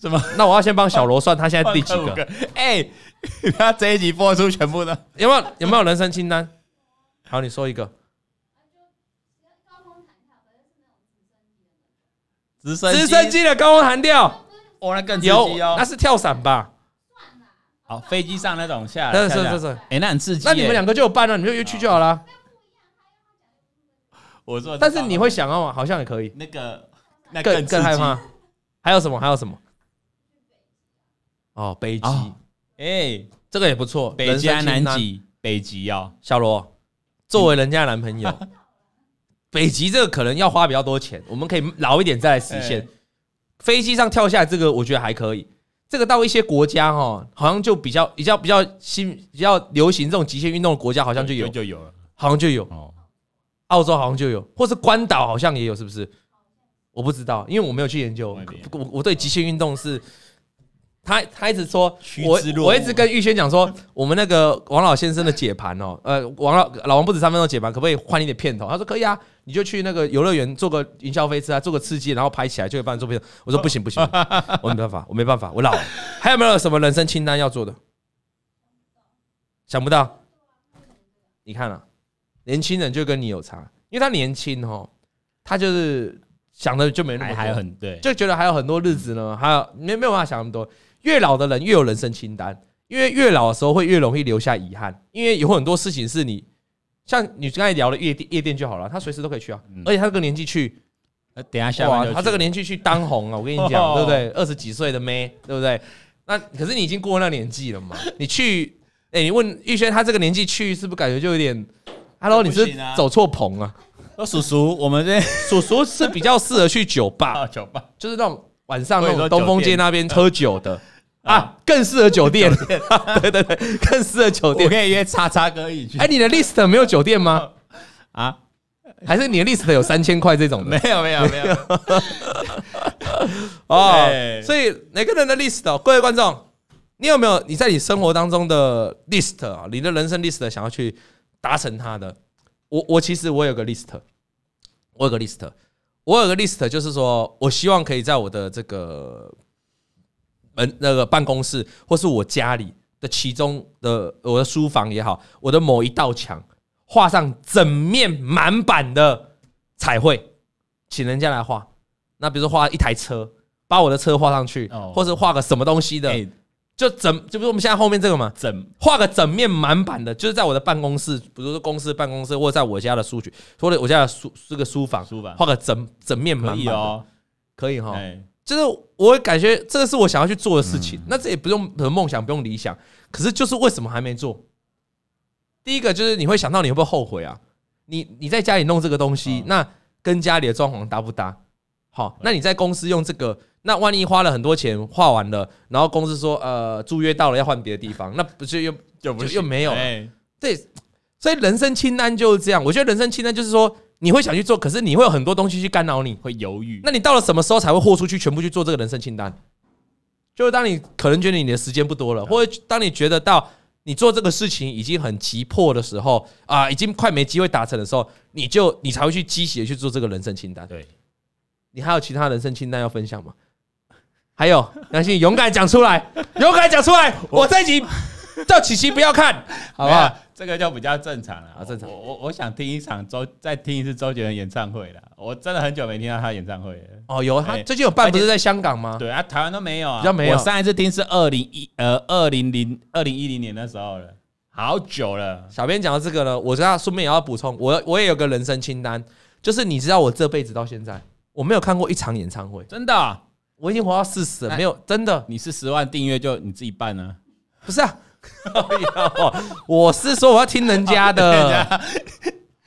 Speaker 1: 什么
Speaker 2: 那我要先帮小罗算他现在第几
Speaker 1: 换
Speaker 2: 个，？
Speaker 1: 哎、 他这一集播出全部都
Speaker 2: 有没有有没有人生清单？好，你说一个，
Speaker 1: 直升
Speaker 2: 直升机的高空弹跳
Speaker 1: 哦，那更刺
Speaker 2: 有，
Speaker 1: 激
Speaker 2: 那
Speaker 1: 哦。
Speaker 2: 是跳伞吧？
Speaker 1: 好，飞机上那种下来，
Speaker 2: 那是
Speaker 1: 下来
Speaker 2: 是是，
Speaker 1: 哎、那很刺激耶。
Speaker 2: 那你们两个就有伴了，啊你们就约去就好啦。
Speaker 1: 我说，
Speaker 2: 但是你会想要，好像也可以，
Speaker 1: 那个那
Speaker 2: 更
Speaker 1: 哎刺
Speaker 2: 更害
Speaker 1: 激
Speaker 2: 怕。还有什么？还有什么？哦，北极，
Speaker 1: 哦哎、
Speaker 2: 这个也不错。
Speaker 1: 北极还
Speaker 2: 人生
Speaker 1: 南
Speaker 2: 清单
Speaker 1: 极，北极哦，
Speaker 2: 小罗，作为人家的男朋友，
Speaker 1: 嗯
Speaker 2: 北极这个可能要花比较多钱，我们可以老一点再来实现
Speaker 1: 哎。
Speaker 2: 飞机上跳下来这个，我觉得还可以。这个到一些国家哦，好像就比较比较比较新、比较流行这种极限运动的国家，好
Speaker 1: 好
Speaker 2: 像就有，
Speaker 1: 就有了
Speaker 2: 好像就有，
Speaker 1: 哦。
Speaker 2: 澳洲好像就有，或是关岛好像也有，是不是？我不知道，因为我没有去研究
Speaker 1: 我也没有。
Speaker 2: 我我对极限运动是，他他一直说
Speaker 1: 趋，
Speaker 2: 我
Speaker 1: 之若鹜
Speaker 2: 我一直跟玉轩讲说，我们那个王老先生的解盘哦，呃，王老老王不止三分钟解盘，可不可以换一点片头？他说可以啊，你就去那个游乐园做个云霄飞车啊，做个刺激，然后拍起来就会帮你做片头。我说不行不行，我没办法，我没办法，我老了。还有没有什么人生清单要做的？想不到，你看啊，年轻人就跟你有差，因为他年轻哦，他就是想的就没那么
Speaker 1: 还
Speaker 2: 多
Speaker 1: 还有很对，
Speaker 2: 就觉得还有很多日子呢，还有没没有办法想那么多。越老的人越有人生清单，因为越老的时候会越容易留下遗憾，因为有很多事情是你像你刚才聊的夜店夜店就好了，他随时都可以去啊，
Speaker 1: 嗯
Speaker 2: 而且他这个年纪去，
Speaker 1: 呃等一下下
Speaker 2: 哇
Speaker 1: 班，就
Speaker 2: 他这个
Speaker 1: 去
Speaker 2: 年纪去当红啊，我跟你 讲，
Speaker 1: 哦
Speaker 2: 对不对？二十几岁的妹，对不对？那可是你已经过那年纪 了嘛，你去，哎、你问玉轩他这个年纪去是不是感觉就有点，Hello，你是不是
Speaker 1: 不行啊
Speaker 2: 走错棚啊？
Speaker 1: 说哦叔叔，我们 这
Speaker 2: 叔叔是比较适合去酒 吧，
Speaker 1: 到酒吧
Speaker 2: 就是那种晚上那
Speaker 1: 我
Speaker 2: 种
Speaker 1: 也说
Speaker 2: 东风街
Speaker 1: 酒店
Speaker 2: 那边喝酒的
Speaker 1: 啊
Speaker 2: 啊，更适合 酒店。 对对对，更适合酒
Speaker 1: 我
Speaker 2: 店。
Speaker 1: 可以约叉叉哥一起去
Speaker 2: 哎，你的 list 没有酒 店吗？
Speaker 1: 啊？
Speaker 2: 还是你的 list 有三千块这种
Speaker 1: 没
Speaker 2: 的
Speaker 1: 有没有没有，
Speaker 2: 哦？
Speaker 1: 对
Speaker 2: 所以每个人的 list，哦各位观众，你有没有你在你生活当中的 list 啊？你的人生 list 想要去达成它的？我我其实我有个 list，我有个 list，我有个 list，就是说我希望可以在我的这个门那个办公室，或是我家里的其中的呃我的书房也好，我的某一道墙画上整面满版的彩绘，请人家来画。那比如说画一台车，把我的车画上去，
Speaker 1: 哦
Speaker 2: 或是画个什么东西 的，
Speaker 1: 哎，
Speaker 2: 就整就比如我们现在后面这个嘛，
Speaker 1: 怎
Speaker 2: 画个整面满版的，就是在我的办公室，比如说公司办公室，或者在我家的书局，或者我家的书这个书房，
Speaker 1: 书吧？
Speaker 2: 画个整整面满
Speaker 1: 可
Speaker 2: 版
Speaker 1: 以
Speaker 2: 的，
Speaker 1: 哦，
Speaker 2: 可以哈、
Speaker 1: 哎，
Speaker 2: 就是我感觉这个是我想要去做的事情，那这也不用可能梦想，不用理想，可是就是为什么还没做？第一个就是你会想到你会不会后悔啊？你你在家里弄这个东西，
Speaker 1: 嗯
Speaker 2: 那跟家里的装潢搭不搭？好，那你在公司用这个，那万一花了很多钱画完了，然后公司说呃租约到了要换别的地 方，那不是又
Speaker 1: 就不
Speaker 2: 就是又没有了
Speaker 1: 哎
Speaker 2: 对，所以人生清单就是这样。我觉得人生清单就是说你会想去做，可是你会有很多东西去干扰你。
Speaker 1: 会犹豫。
Speaker 2: 那你到了什么时候才会豁出去，全部去做这个人生清单？就是当你可能觉得你的时间不多了，或者当你觉得到你做这个事情已经很急迫的时候啊，已经快没机会达成的时候，你就你才会去积极的去做这个人生清单。
Speaker 1: 对，
Speaker 2: 你还有其他人生清单要分享吗？还有，杨信勇敢讲出 来，勇敢讲出来，我这一集叫琪琪不要看，好不
Speaker 1: 没
Speaker 2: 好
Speaker 1: 有？？这个就比较正常了，
Speaker 2: 啊正常
Speaker 1: 我我我想听一场周，再听一次周杰伦演唱会了。我真的很久没听到他演唱会了。
Speaker 2: 哦，有他
Speaker 1: 哎
Speaker 2: 最近有办，不是在香港吗？
Speaker 1: 对啊，台湾都没有啊，
Speaker 2: 比较没有
Speaker 1: 我上一次听是二零一呃二零零二零一零年那时候了，好久了。
Speaker 2: 小编讲到这个呢，我知道顺便也要补充，我我也有个人生清单，就是你知道我这辈子到现在我没有看过一场演唱会，
Speaker 1: 真的啊、
Speaker 2: 我已经活到四十了，
Speaker 1: 哎
Speaker 2: 没有真的
Speaker 1: 你是十万订阅就你自己办呢、
Speaker 2: 不是啊， 我是说我要听人 家的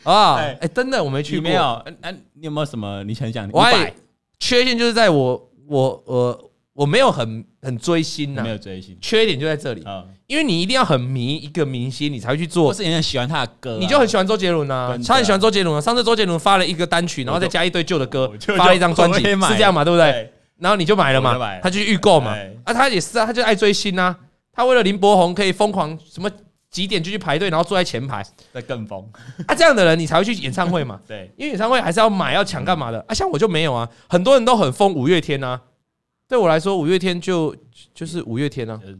Speaker 2: 啊，
Speaker 1: 哎
Speaker 2: 哎，真的我没去
Speaker 1: 你
Speaker 2: 过
Speaker 1: 没，有？呃那、你有没有什么你很想？
Speaker 2: 我
Speaker 1: 一
Speaker 2: 还
Speaker 1: 百
Speaker 2: 缺陷就是在我我我我没有很很追星
Speaker 1: 你
Speaker 2: 呐、
Speaker 1: 没有追星
Speaker 2: 缺点就在这里，
Speaker 1: 啊？
Speaker 2: 因为你一定要很迷一个明星，你才会去
Speaker 1: 或
Speaker 2: 做。
Speaker 1: 是你很喜欢他的歌啊、
Speaker 2: 你就很喜欢周杰伦啊
Speaker 1: 真，的
Speaker 2: 他很喜欢周杰伦啊。上次周杰伦发了一个单曲，然后再加一堆旧的歌
Speaker 1: 我就，
Speaker 2: 发了一张专辑，
Speaker 1: 我也买了
Speaker 2: 是这样嘛？对不对？
Speaker 1: 对
Speaker 2: 然后你就买了
Speaker 1: 我
Speaker 2: 嘛
Speaker 1: 就买，了
Speaker 2: 他就去预购嘛
Speaker 1: 哎。
Speaker 2: 啊，他也是啊，他就爱追星啊。他为了林柏宏可以疯狂什么几点就去排队，然后坐在前排
Speaker 1: 在更疯，
Speaker 2: 啊，这样的人你才会去演唱会嘛。
Speaker 1: 对，
Speaker 2: 因为演唱会还是要买要抢干嘛的啊？像我就没有啊，很多人都很疯五月天啊。对我来说，五月天就就是五月天啊
Speaker 1: 嗯，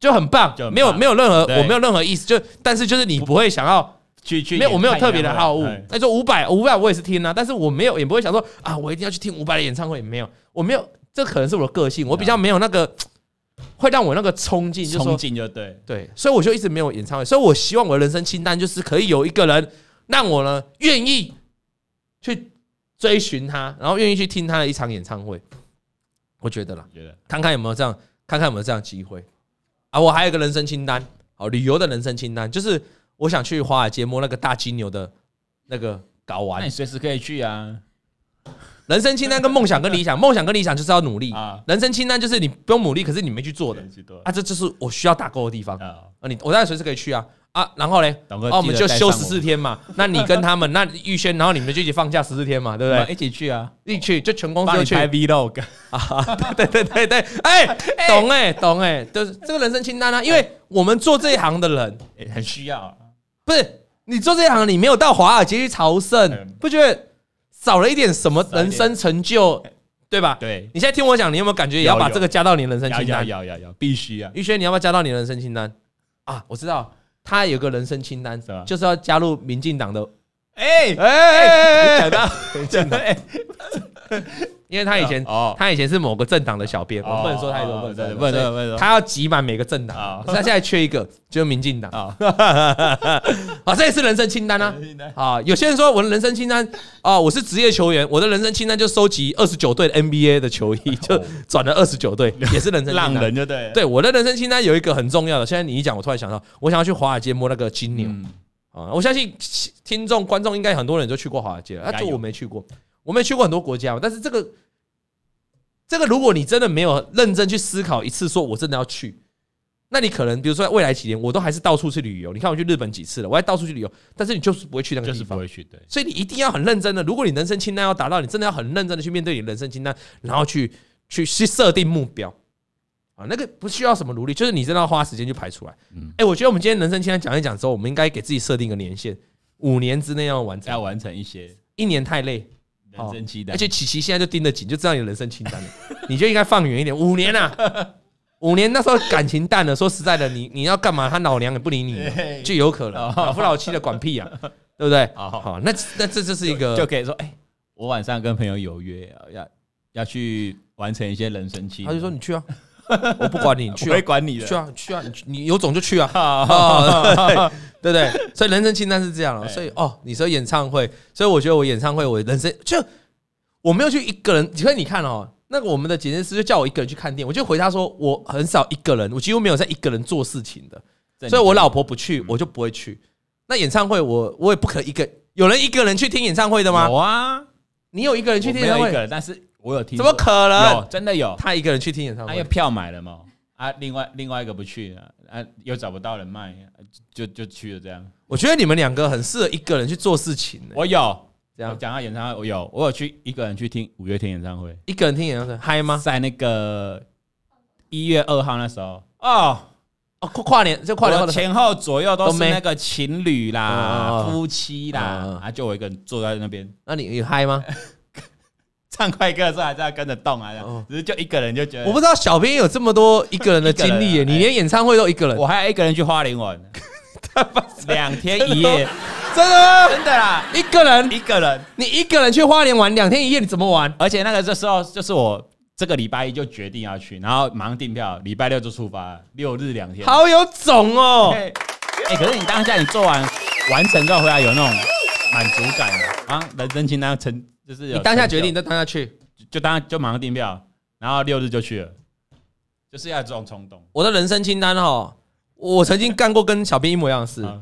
Speaker 2: 就很棒，
Speaker 1: 就很棒
Speaker 2: 没有没有任何
Speaker 1: 对
Speaker 2: 我没有任何意思，就但是就是你不会想要，
Speaker 1: 去去
Speaker 2: 没有我没有
Speaker 1: 看演唱
Speaker 2: 特
Speaker 1: 会
Speaker 2: 别的好恶
Speaker 1: 哎。
Speaker 2: 那就五百五百我也是听啊，但是我没有也不会想说啊，我一定要去听伍佰的演唱会，没有，我没有，这可能是我的个性，我比较没有那个会让我那个冲劲，就是
Speaker 1: 啊冲
Speaker 2: 说
Speaker 1: 劲就对，
Speaker 2: 对，所以我就一直没有演唱会，所以我希望我的人生清单就是可以有一个人让我呢愿意去追寻他，然后愿意去听他的一场演唱会。我觉得啦，
Speaker 1: 觉得
Speaker 2: 看看有没有这样，看看有没有这样的机会啊！我还有一个人生清单，好，旅游的人生清单，就是我想去华尔街摸那个大金牛的那个睾
Speaker 1: 那
Speaker 2: 丸
Speaker 1: 你。随时可以去啊
Speaker 2: 人生清单跟梦想跟理想，梦想跟理想就是要努力，
Speaker 1: 啊，
Speaker 2: 人生清单就是你不用努力，可是你没去做的
Speaker 1: 去多
Speaker 2: 啊，这就是我需要打勾的地方。
Speaker 1: 啊，
Speaker 2: 啊，你我当然随时可以去啊啊，然后嘞，
Speaker 1: 董哥
Speaker 2: 哦，我们就休十
Speaker 1: 四
Speaker 2: 四天嘛。那你跟他们，那预先，然后你们就一起放假十四天嘛，对不 对？
Speaker 1: 一起去啊，
Speaker 2: 一起去就全公司
Speaker 1: 帮
Speaker 2: 都
Speaker 1: 你
Speaker 2: 去
Speaker 1: 拍 vlog，
Speaker 2: 啊！对对对对，哎，懂哎懂哎，就是这个人生清单啊，因为我们做这一行的人，
Speaker 1: 哎很需要啊，
Speaker 2: 不是你做这一行，你没有到华尔街去朝圣
Speaker 1: 嗯，
Speaker 2: 不觉得少了一点什么
Speaker 1: 少一点
Speaker 2: 人生成就，对吧？
Speaker 1: 对，
Speaker 2: 你现在听我讲，你有没有感觉也要
Speaker 1: 有
Speaker 2: 把
Speaker 1: 有
Speaker 2: 这个加到你的人生
Speaker 1: 要
Speaker 2: 清
Speaker 1: 要
Speaker 2: 单？
Speaker 1: 要要要，必须啊，
Speaker 2: 玉轩，你要不要加到你的人生清单啊？我知道他有个人生清单
Speaker 1: 是吧，
Speaker 2: 就是要加入民进党的。
Speaker 1: 哎
Speaker 2: 哎
Speaker 1: 讲
Speaker 2: 哎
Speaker 1: 到哎讲 到，
Speaker 2: 因为他以前
Speaker 1: 哦，
Speaker 2: 他以前是某个政党的小编，
Speaker 1: 哦
Speaker 2: 我不能说太多，
Speaker 1: 哦
Speaker 2: 不能说太
Speaker 1: 对
Speaker 2: 多
Speaker 1: 不能说
Speaker 2: 所以
Speaker 1: 不能说
Speaker 2: 他要挤满每个政党
Speaker 1: 哦，
Speaker 2: 他现在缺一个，就是民进党。
Speaker 1: 哦
Speaker 2: 好，这也是人生清单啊。啊，有些人说我的人生清单啊，我是职业球员，我的人生清单就收集二十九队 NBA 的球衣，就转了二十九队，也是人 生
Speaker 1: 浪
Speaker 2: 清单。
Speaker 1: 人就对了，
Speaker 2: 对我的人生清单有一个很重要的，现在你一讲，我突然想到，我想要去华尔街摸那个金牛。
Speaker 1: 嗯，
Speaker 2: 啊，我相信听众观众应该很多人都去过华尔街了，
Speaker 1: 应
Speaker 2: 啊，
Speaker 1: 该
Speaker 2: 就
Speaker 1: 有
Speaker 2: 我没去过，我没去过很多国家嘛，但是这个这个，如果你真的没有认真去思考一次，说我真的要去，那你可能比如说未来几年，我都还是到处去旅游。你看我去日本几次了，我还到处去旅游，但是你就是不会去那个
Speaker 1: 就
Speaker 2: 地
Speaker 1: 是不
Speaker 2: 方。
Speaker 1: 会去，对，
Speaker 2: 所以你一定要很认真的，如果你人生清单要达到，你真的要很认真的去面对你人生清单，然后去去去设定目标啊，那个不需要什么努力，就是你真的要花时间去排出来。
Speaker 1: 嗯
Speaker 2: 哎、我觉得我们今天人生清单讲一讲之后，我们应该给自己设定一个年限，五年之内要完
Speaker 1: 要
Speaker 2: 成，
Speaker 1: 完成一些
Speaker 2: 一年太累，
Speaker 1: 人生期待，
Speaker 2: 而且琪琪现在就盯得紧，就知道你的人生清单了， 你就应该放远一点，五年啊，五年那时候感情淡了，说实在的，你你要干嘛，他老娘也不理你 了，
Speaker 1: 对
Speaker 2: 就有可
Speaker 1: 哦
Speaker 2: 能老夫老妻的管屁啊，对不对？
Speaker 1: 好
Speaker 2: 好，那那这就是一个
Speaker 1: 哦就可以说，哎，我晚上跟朋友有约，要要去完成一些人生期，
Speaker 2: 他就说你去啊， 我不管你，你去
Speaker 1: 我
Speaker 2: 啊
Speaker 1: 会，管你
Speaker 2: 你
Speaker 1: 的，
Speaker 2: 去啊，你去啊，你去你有种就去 啊，
Speaker 1: 啊，
Speaker 2: 对不对？所以人生清单是这样了，
Speaker 1: 哎
Speaker 2: 所以哦，你说演唱会，所以我觉得我演唱会，我人生就我没有去一个人，所以你看哦，那个我们的剪辑师就叫我一个人去看店，我就回他说我很少一个人，我几乎没有在一个人做事情的，所以我老婆不去，我就不会去。那演唱会我我也不可能一个有人一个人去听演唱会的吗
Speaker 1: 有？啊，
Speaker 2: 你有一个人去
Speaker 1: 我
Speaker 2: 听
Speaker 1: 没
Speaker 2: 演唱
Speaker 1: 有一
Speaker 2: 会？
Speaker 1: 个，但是我有听
Speaker 2: 怎
Speaker 1: 说，
Speaker 2: 么可
Speaker 1: 有
Speaker 2: 能？
Speaker 1: 真的有，
Speaker 2: 他一个人去听演唱
Speaker 1: 他
Speaker 2: 会
Speaker 1: 有，票买了嘛？啊，另外另外一个不去啊，啊又找不到人卖，啊就就去了这样。
Speaker 2: 我觉得你们两个很适合一个人去做事情呢。
Speaker 1: 我有，
Speaker 2: 这样
Speaker 1: 我讲到演唱会，我有，我有去一个人去听五月天演唱会，
Speaker 2: 一个人听演唱会嗨吗？
Speaker 1: 在那个一月二号那时候哦，
Speaker 2: 哦，跨跨年就跨
Speaker 1: 我
Speaker 2: 年后
Speaker 1: 的
Speaker 2: 的
Speaker 1: 前后左右都
Speaker 2: 都
Speaker 1: 是
Speaker 2: 没
Speaker 1: 那个情侣
Speaker 2: 嗯嗯
Speaker 1: 啦、
Speaker 2: 嗯
Speaker 1: 夫妻啦，
Speaker 2: 嗯嗯
Speaker 1: 啊，就我一个人坐在那边
Speaker 2: 那你你嗨
Speaker 1: 哎
Speaker 2: 吗？
Speaker 1: 唱快歌的时候还在跟着动啊，这
Speaker 2: 哦
Speaker 1: 样只是就一个人就觉得
Speaker 2: 我不知道小编有这么多一个人的
Speaker 1: 一个人
Speaker 2: 经
Speaker 1: 啊
Speaker 2: 历耶，你
Speaker 1: 哎
Speaker 2: 连演唱会都一个人，
Speaker 1: 我还要一个人去花莲 玩，两天一夜，
Speaker 2: 真的哦吗
Speaker 1: 真的啦，
Speaker 2: 一个人，
Speaker 1: 一个人。
Speaker 2: 你一个人去花莲玩两天一夜，你怎么玩？
Speaker 1: 而且那个这时候就是我这个礼拜一就决定要去，然后马上订票，礼拜六就出发，六日两天。
Speaker 2: 好有种哦！
Speaker 1: 哎、哎可是你当下你做完完成之后回来有那种满足感啊，啊人生清单成就是有
Speaker 2: 你当下
Speaker 1: 成就
Speaker 2: 决定，就当下去。
Speaker 1: 就当就马上订票，然后六日就去了，就是要有这种冲动。
Speaker 2: 我的人生清单哦，我曾经干过跟小编一模一样的事。
Speaker 1: 啊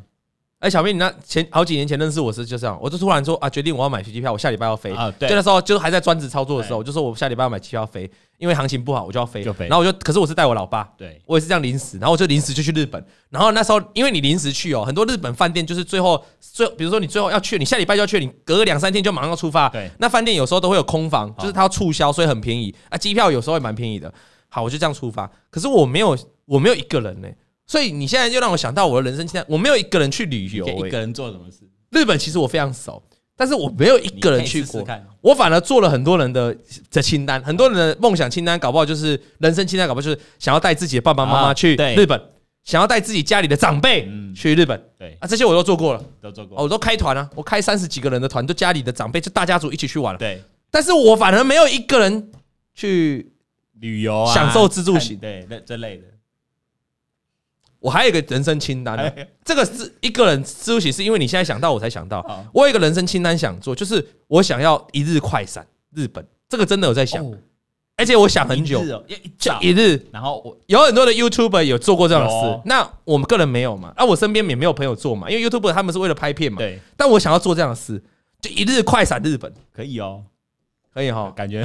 Speaker 2: 哎，小编，你那前好几年前认识我是就这样，我就突然说啊，决定我要买飞机票，我下礼拜要飞。
Speaker 1: 啊，
Speaker 2: 就
Speaker 1: 对
Speaker 2: 那时候就是还在专职操作的时候，
Speaker 1: 哎
Speaker 2: 我就说我下礼拜要买机票飞，因为行情不好我就要飞。
Speaker 1: 就飞
Speaker 2: 然后我就，可是我是带我老爸，
Speaker 1: 对，
Speaker 2: 我也是这样临时，然后我就临时就去日本，然后那时候因为你临时去哦，很多日本饭店就是最后最，比如说你最后要去，你下礼拜就要去，你隔个两三天就马上要出发。
Speaker 1: 对，
Speaker 2: 那饭店有时候都会有空房，就是它要促销，所以很便宜啊，机票有时候也蛮便宜的。好，我就这样出发，可是我没有，我没有一个人呢、所以你现在就让我想到我的人生清单，我没有一个人去旅游、
Speaker 1: 给一
Speaker 2: 欸。
Speaker 1: 个人做什么事？
Speaker 2: 日本其实我非常熟，但是我没有一
Speaker 1: 你
Speaker 2: 个人
Speaker 1: 可以
Speaker 2: 去
Speaker 1: 试
Speaker 2: 过
Speaker 1: 试。看。
Speaker 2: 我反而做了很多人的的清单，很多人的梦想清单，搞不好就是人生清单，搞不好就是想要带自己的爸爸妈妈
Speaker 1: 啊
Speaker 2: 去
Speaker 1: 对
Speaker 2: 日本，想要带自己家里的长辈
Speaker 1: 嗯
Speaker 2: 去日本
Speaker 1: 对，
Speaker 2: 啊，这些我都做过了，
Speaker 1: 都做过。
Speaker 2: 哦我都开团啊，我开三十几个人的团，就家里的长辈，就大家族一起去玩了。
Speaker 1: 对，
Speaker 2: 但是我反而没有一个人去，
Speaker 1: 旅游啊，
Speaker 2: 享受自助型
Speaker 1: 看对，那这类的。
Speaker 2: 我还有一个人生清单、
Speaker 1: 哎
Speaker 2: 啊，这个是一个人自助行，是因为你现在想到我才想到，
Speaker 1: 好，
Speaker 2: 我有一个人生清单想做，就是我想要一日快闪日本，这个真的有在想，
Speaker 1: 哦
Speaker 2: 而且我想很久
Speaker 1: 一，日哦一一
Speaker 2: 就
Speaker 1: 早
Speaker 2: 一日。
Speaker 1: 然后我
Speaker 2: 有很多的 YouTuber 有做过这种事
Speaker 1: 有，
Speaker 2: 那我们个人没有嘛？啊，我身边也没有朋友做嘛，因为 YouTuber 他们是为了拍片嘛。
Speaker 1: 对
Speaker 2: 但我想要做这样的事，就一日快闪日本，
Speaker 1: 可以哦，
Speaker 2: 可 以哈？
Speaker 1: 感觉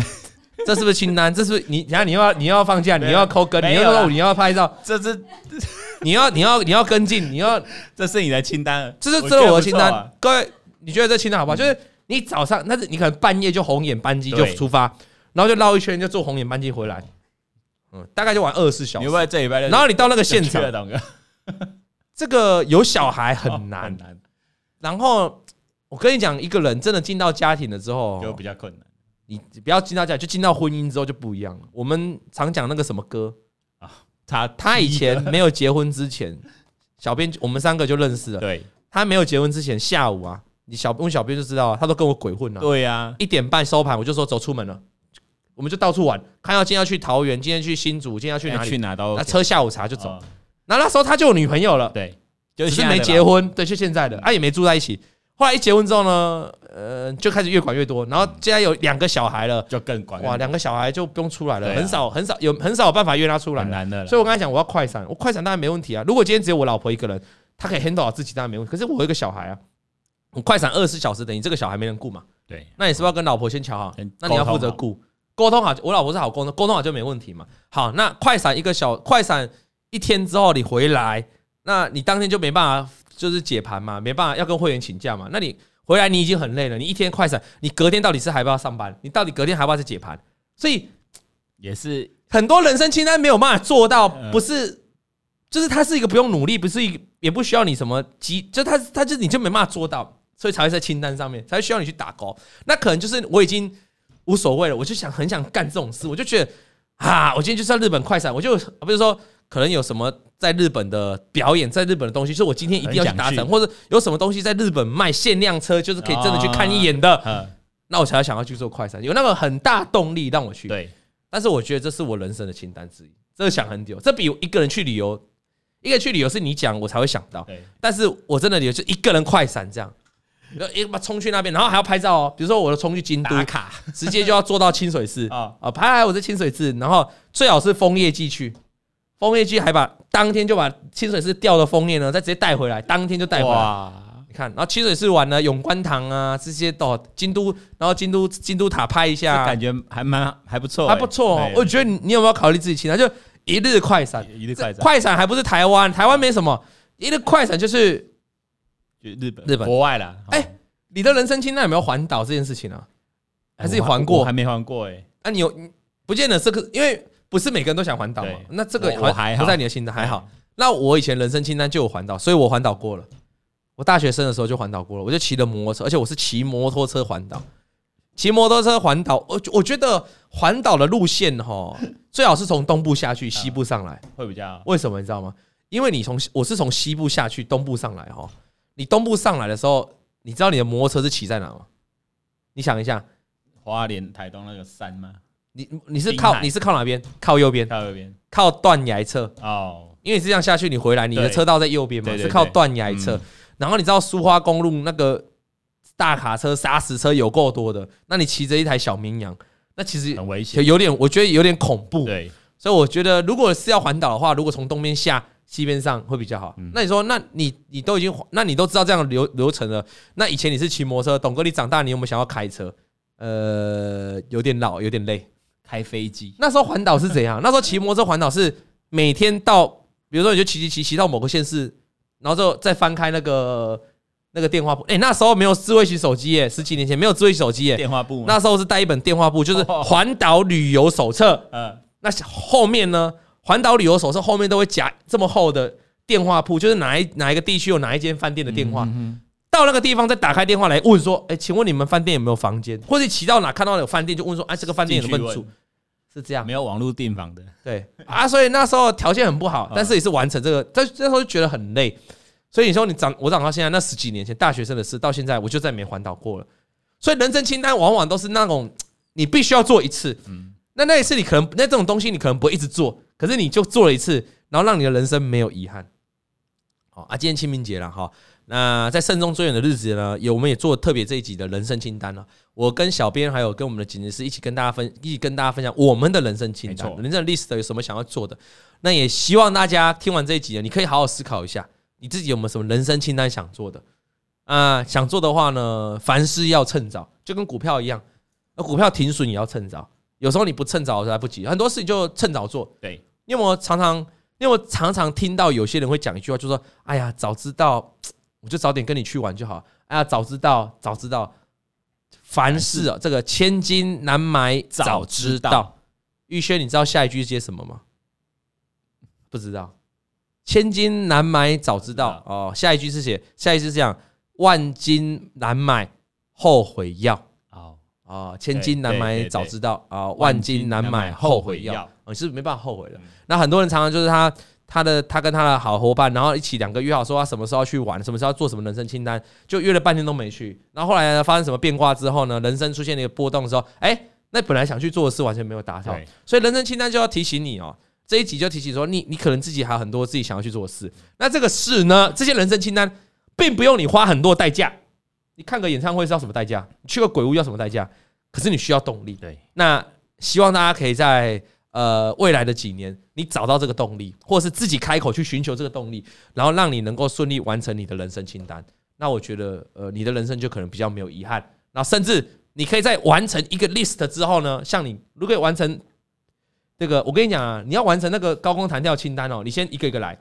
Speaker 2: 这是不是清单？这是不是你？然后你又要你又要放假，你
Speaker 1: 没
Speaker 2: 又
Speaker 1: 有
Speaker 2: 要抠跟，你
Speaker 1: 没
Speaker 2: 又
Speaker 1: 有啦
Speaker 2: 要你又要拍照，
Speaker 1: 这是
Speaker 2: 你要你要你要跟进，你要
Speaker 1: 这是你的清单，
Speaker 2: 这是
Speaker 1: 觉
Speaker 2: 这
Speaker 1: 得
Speaker 2: 是我的
Speaker 1: 不
Speaker 2: 清
Speaker 1: 错啊嗯
Speaker 2: 单。。各位，你觉得这清单好不好？就是你早上，但是你可能半夜就红眼班机就
Speaker 1: 对
Speaker 2: 出发，然后就绕一圈，就坐红眼班机回来，嗯，大概就玩二十四小
Speaker 1: 你
Speaker 2: 时
Speaker 1: 会不。会这礼拜就
Speaker 2: 然后你到那个现
Speaker 1: 就去
Speaker 2: 场
Speaker 1: 了，董哥
Speaker 2: 这个有小孩
Speaker 1: 哦
Speaker 2: 很难
Speaker 1: 很。难，
Speaker 2: 然后我跟你讲，一个人真的进到家庭了之后，
Speaker 1: 就比较困难
Speaker 2: 你不要进到家，就进到婚姻之后就不一样了。我们常讲那个什么歌，
Speaker 1: 他
Speaker 2: 他以前
Speaker 1: 第一个
Speaker 2: 没有结婚之前，小编我们三个就认识了。
Speaker 1: 对
Speaker 2: 他没有结婚之前下午啊，你小问小编就知道啊，他都跟我鬼混啊。
Speaker 1: 对呀，
Speaker 2: 一点半收盘，我就说走出门了，我们就到处玩，看要今天要去桃园，今天去新竹，今天要去哪
Speaker 1: 哎去
Speaker 2: 里？
Speaker 1: 哪哦都
Speaker 2: 那车下午茶就
Speaker 1: 就
Speaker 2: 走。，那那时候他就有女朋友了。
Speaker 1: 对，就
Speaker 2: 只是
Speaker 1: 现在
Speaker 2: 没
Speaker 1: 的
Speaker 2: 结
Speaker 1: 吧，
Speaker 2: 婚，对，就现在的，啊也没住在一起。后来一结婚之后呢，呃，就开始越管越多，然后现在有两个小孩了，
Speaker 1: 就更管
Speaker 2: 哇，两个小孩就不用出来了，
Speaker 1: 对啊
Speaker 2: 很少很少有很少有办法约他出来
Speaker 1: 很
Speaker 2: 了。
Speaker 1: 难的啦，
Speaker 2: 所以我刚才讲，我要快闪，我快闪当然没问题啊。如果今天只有我老婆一个人，她可以 handle 好自己，当然没问题。可是我有一个小孩啊，我快闪二十四小时，等于这个小孩没人顾嘛。
Speaker 1: 对
Speaker 2: 那你是不是要跟老婆先瞧好
Speaker 1: 先？
Speaker 2: 那你要
Speaker 1: 沟通
Speaker 2: 负责
Speaker 1: 好
Speaker 2: 顾沟通好，我老婆是好沟通，沟通好就没问题嘛。好，那快闪一个小快闪一天之后你回来，那你当天就没办法就是解盘嘛，没办法要跟会员请假嘛。那你回来你已经很累了，你一天快闪，你隔天到底是还要不要上班？你到底隔天还要不要去解盘？所以
Speaker 1: 也是
Speaker 2: 很多人生清单没有办法做到，
Speaker 1: 嗯
Speaker 2: 不是，就是它是一个不用努力，不是一也不需要你什么急，就它它就你就没办法做到，所以才会在清单上面，才会需要你去打勾。那可能就是我已经无所谓了，我就想很想干这种事，我就觉得啊，我今天就是要日本快闪，我就比如说可能有什么在日本的表演，在日本的东西，就是我今天一定要去达
Speaker 1: 很想
Speaker 2: 成，
Speaker 1: 去
Speaker 2: 或者有什么东西在日本卖限量车，就是可以真的去看一眼的，
Speaker 1: 呃
Speaker 2: 那我才想要去做快闪，有那个很大动力让我去。
Speaker 1: 对
Speaker 2: 但是我觉得这是我人生的清单之一，这个想很久，这比一个人去旅游，一个人去旅游是你讲我才会想到，
Speaker 1: 对
Speaker 2: 但是我真的旅游就一个人快闪这样，然后一把冲去那边，然后还要拍照哦，比如说我就冲去京都
Speaker 1: 打，卡
Speaker 2: 直接就要坐到清 水寺啊
Speaker 1: 啊，
Speaker 2: 拍来我在清水寺，然后最好是枫叶季去。枫叶季还把当天就把清水寺掉的枫叶呢，再直接带回来，当天就带回来。
Speaker 1: 哇，
Speaker 2: 你看，然后清水寺玩呢，永观堂啊这些哦，京都，然后京都京都塔拍一
Speaker 1: 这
Speaker 2: 下，啊
Speaker 1: 感觉还蛮还不错欸，
Speaker 2: 还不错哦。
Speaker 1: 对
Speaker 2: 我觉得你你有没有考虑自己清单？就一日快闪，
Speaker 1: 一日快
Speaker 2: 啊这
Speaker 1: 闪
Speaker 2: 快闪还不是台湾，台湾没什么。一日快闪就是
Speaker 1: 就日本
Speaker 2: 日本
Speaker 1: 国外啦，
Speaker 2: 哎
Speaker 1: 哦
Speaker 2: 你的人生清单有没有环岛这件事情啊？还是你
Speaker 1: 我
Speaker 2: 环
Speaker 1: 我
Speaker 2: 过
Speaker 1: 还？没还过哎，
Speaker 2: 那你有你不见得这个，因为不是每个人都想环岛嘛
Speaker 1: 对。
Speaker 2: 那这个
Speaker 1: 我
Speaker 2: 好
Speaker 1: 我还好哎
Speaker 2: 不在你的清单，还好。那我以前人生清单就有环岛，所以我环岛过了。我大学生的时候就环岛过了，我就骑了摩托车，而且我是骑摩托车环岛。骑摩托车环岛，我我觉得环岛的路线哈，最好是从东部下
Speaker 1: 嗯
Speaker 2: 去，西部上来。
Speaker 1: 会比较
Speaker 2: 为什么你知道吗？因为你从我是从西部下去，东部上来哈。你东部上来的时候，你知道你的摩托车是骑在哪吗？你想一下，
Speaker 1: 花莲台东那个山吗？
Speaker 2: 你你是
Speaker 1: 滨
Speaker 2: 靠
Speaker 1: 海
Speaker 2: 你是靠哪边？靠右边，
Speaker 1: 靠右边
Speaker 2: 靠断崖侧。
Speaker 1: 哦，
Speaker 2: 因为你是这样下去，你回来你的
Speaker 1: 对
Speaker 2: 车道在右边嘛，
Speaker 1: 对对
Speaker 2: 是靠
Speaker 1: 对
Speaker 2: 断崖侧。
Speaker 1: 嗯
Speaker 2: 然后你知道苏花公路那个大卡车、砂石车有够多的，那你骑着一台小绵羊，那其实
Speaker 1: 很危
Speaker 2: 有
Speaker 1: 险，
Speaker 2: 有点，我觉得有点恐怖。
Speaker 1: 对，
Speaker 2: 所以我觉得，如果是要环岛的话，如果从东边下西边上会比较好。
Speaker 1: 嗯
Speaker 2: 那你说，那你你都已经，那你都知道这样的流流程了。那以前你是骑摩托车，董哥，你长大你有没有想要开车？呃，有点老，有点累。
Speaker 1: 开飞机
Speaker 2: 那时候环岛是 怎样？那时候骑摩托车环岛是每天到，比如说你就骑骑骑骑到某个县市，然后之后再翻开那个那个电话簿。哎、那时候没有智慧型手机耶，十几年前没有智慧型手机耶。
Speaker 1: 电话簿吗，
Speaker 2: 那时候是带一本电话簿，就是
Speaker 1: 哦
Speaker 2: 环岛旅游手册。
Speaker 1: 呃
Speaker 2: 那后面呢？环岛旅游手册后面都会夹这么厚的电话簿，就是哪一哪一个地区有哪一间饭店的电话。
Speaker 1: 嗯
Speaker 2: 到那个地方再打开电话来问说：“哎、请问你们饭店有没有房间？”或者骑到哪看到有饭店就问说：“哎、这个饭店有没有
Speaker 1: 进
Speaker 2: 住
Speaker 1: 去？”
Speaker 2: 是这样
Speaker 1: 没，有网络订房的，
Speaker 2: 对啊，所以那时候条件很不好
Speaker 1: 嗯，
Speaker 2: 但是也是完成这个，但那时候就觉得很累。所以你说你长我长到现在那十几年前大学生的事，到现在我就再也没环岛过了。所以人生清单往往都是那种你必须要做一次，
Speaker 1: 嗯
Speaker 2: 那那一次你可能那这种东西你可能不会一直做，可是你就做了一次，然后让你的人生没有遗憾。好啊，今天清明节了哈，那在慎终追远的日子呢，也我们也做特别这一集的人生清单了。我跟小编还有跟我们的剪辑师一起跟大家分一起跟大家分享我们的人生清单
Speaker 1: 没，错
Speaker 2: 人生 list 有什么想要做的。那也希望大家听完这一集呢，你可以好好思考一下，你自己有没有什么人生清单想做的。啊、想做的话呢，凡事要趁早，就跟股票一样，那股票停损也要趁早。有时候你不趁早来不及，很多事情就趁早做。
Speaker 1: 对，
Speaker 2: 你有没有常常，你有没有常常听到有些人会讲一句话，就说：“哎呀，早知道我就早点跟你去玩就好。”哎呀，早知道，早知道，凡事啊，这个千金难买早知
Speaker 1: 早知道
Speaker 2: 道。玉轩，你知道下一句是接什么吗？不知道。千金难买早知道
Speaker 1: 不
Speaker 2: 哦，下一句是写，下一句是讲万金难买后悔药。
Speaker 1: 哦，
Speaker 2: 啊，千金难
Speaker 1: 对对
Speaker 2: 买
Speaker 1: 对
Speaker 2: 早知道啊，万金难买后悔药，
Speaker 1: 药，
Speaker 2: 哦你是没办法后悔的
Speaker 1: 嗯。
Speaker 2: 那很多人常常就是他他的他跟他的好伙伴，然后一起两个约好说他什么时候要去玩，什么时候要做什么人生清单，就约了半天都没去。然后后来呢，发生什么变卦之后呢，人生出现了一个波动的时候，哎，那本来想去做的事完全没有达成，
Speaker 1: 对，
Speaker 2: 所以人生清单就要提醒你哦。这一集就提醒说你，你可能自己还有很多自己想要去做的事。那这个事呢，这些人生清单并不用你花很多代价。你看个演唱会是要什么代价？你去个鬼屋要什么代价？可是你需要动力。
Speaker 1: 对，
Speaker 2: 那希望大家可以在呃未来的几年，你找到这个动力，或是自己开口去寻求这个动力，然后让你能够顺利完成你的人生清单。那我觉得，呃，你的人生就可能比较没有遗憾。那甚至你可以在完成一个 list 之后呢，像你如果完成这个，我跟你讲啊，你要完成那个高空弹跳清单哦，你先一个一个来。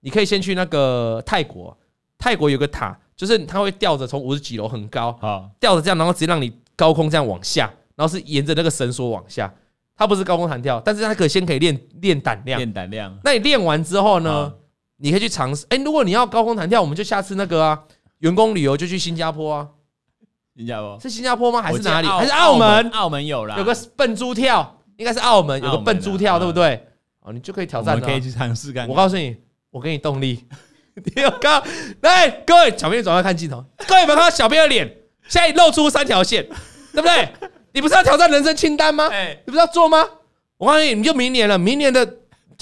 Speaker 2: 你可以先去那个泰国，泰国有个塔，就是它会吊着从五十几楼很高，
Speaker 1: 好，
Speaker 2: 吊着这样，然后直接让你高空这样往下，然后是沿着那个绳索往下。它不是高空弹跳，但是它可以先可以练练胆量。
Speaker 1: 练胆量，
Speaker 2: 那你练完之后呢
Speaker 1: 啊，
Speaker 2: 你可以去尝试。哎、如果你要高空弹跳，我们就下次那个啊，员工旅游就去新加坡啊，
Speaker 1: 你知道不？
Speaker 2: 是新加坡吗？还
Speaker 1: 我
Speaker 2: 是
Speaker 1: 记得
Speaker 2: 哪里？还是
Speaker 1: 澳
Speaker 2: 澳门？
Speaker 1: 澳门啊有啦，
Speaker 2: 有个笨猪跳，应该是澳门有
Speaker 1: 澳
Speaker 2: 个
Speaker 1: 门
Speaker 2: 笨猪跳，
Speaker 1: 啊
Speaker 2: 对不对？哦，你就可以挑
Speaker 1: 我
Speaker 2: 战、
Speaker 1: 们
Speaker 2: 啊。
Speaker 1: 可以去尝试看看。
Speaker 2: 我告诉你，我给你动力。 你有看到？来，各位小编转过来看镜头，各位有没有看到小编的脸？现在露出三条线，对不对？你不是要挑战人生清单吗？
Speaker 1: 哎，
Speaker 2: 你不是要做吗？我告诉你，你就明年了，明年的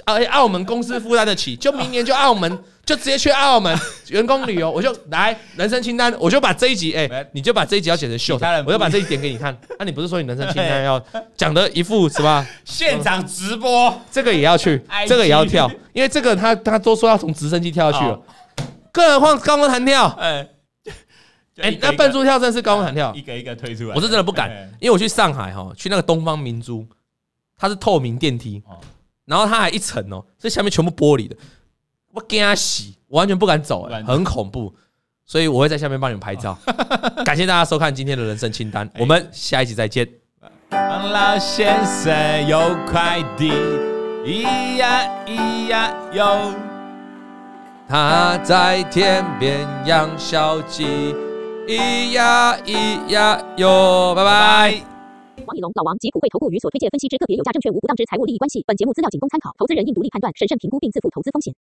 Speaker 2: 呃澳门公司负担得起，就明年就澳门，就直接去澳门员工旅游，我就来人生清单，我就把这一集，哎、
Speaker 1: 没
Speaker 2: 你就把这一集要写成秀
Speaker 1: 其他人，不
Speaker 2: 我就把这一点给你看。那、你不是说你人生清单要讲的一副是吧？
Speaker 1: 现场直播，，
Speaker 2: 这个也要去
Speaker 1: IG
Speaker 2: 这个也要跳，因为这个他他都说要从直升机跳下去了
Speaker 1: 哦，
Speaker 2: 更何况高空弹跳。
Speaker 1: 哎，就
Speaker 2: 哎
Speaker 1: 一，个
Speaker 2: 那
Speaker 1: 一个
Speaker 2: 笨猪跳真的是高空弹跳
Speaker 1: 一，个一个推出来，
Speaker 2: 我是真的不敢
Speaker 1: 哎，
Speaker 2: 因为我去上海哈，去那个东方明珠，它是透明电梯
Speaker 1: 哦，
Speaker 2: 然后它还一层哦，这下面全部玻璃的，我给他洗，我完全不敢走，
Speaker 1: 不
Speaker 2: 哎
Speaker 1: 敢走
Speaker 2: 很恐怖，所以我会在下面帮你们拍 照。感谢大家收看今天的人生清单，
Speaker 1: 哎
Speaker 2: 我们下一集再见。
Speaker 1: 王老先生有快递，咿呀咿呀哟，
Speaker 2: 他在天边养小鸡，咿呀咿呀哟，拜拜。
Speaker 3: 王以龙、老王及普惠投顾与所推荐分析之个别有价证券无不当之财务利益关系。本节目资料仅供参考，投资人应独立判断、审慎评估并自负投资风险。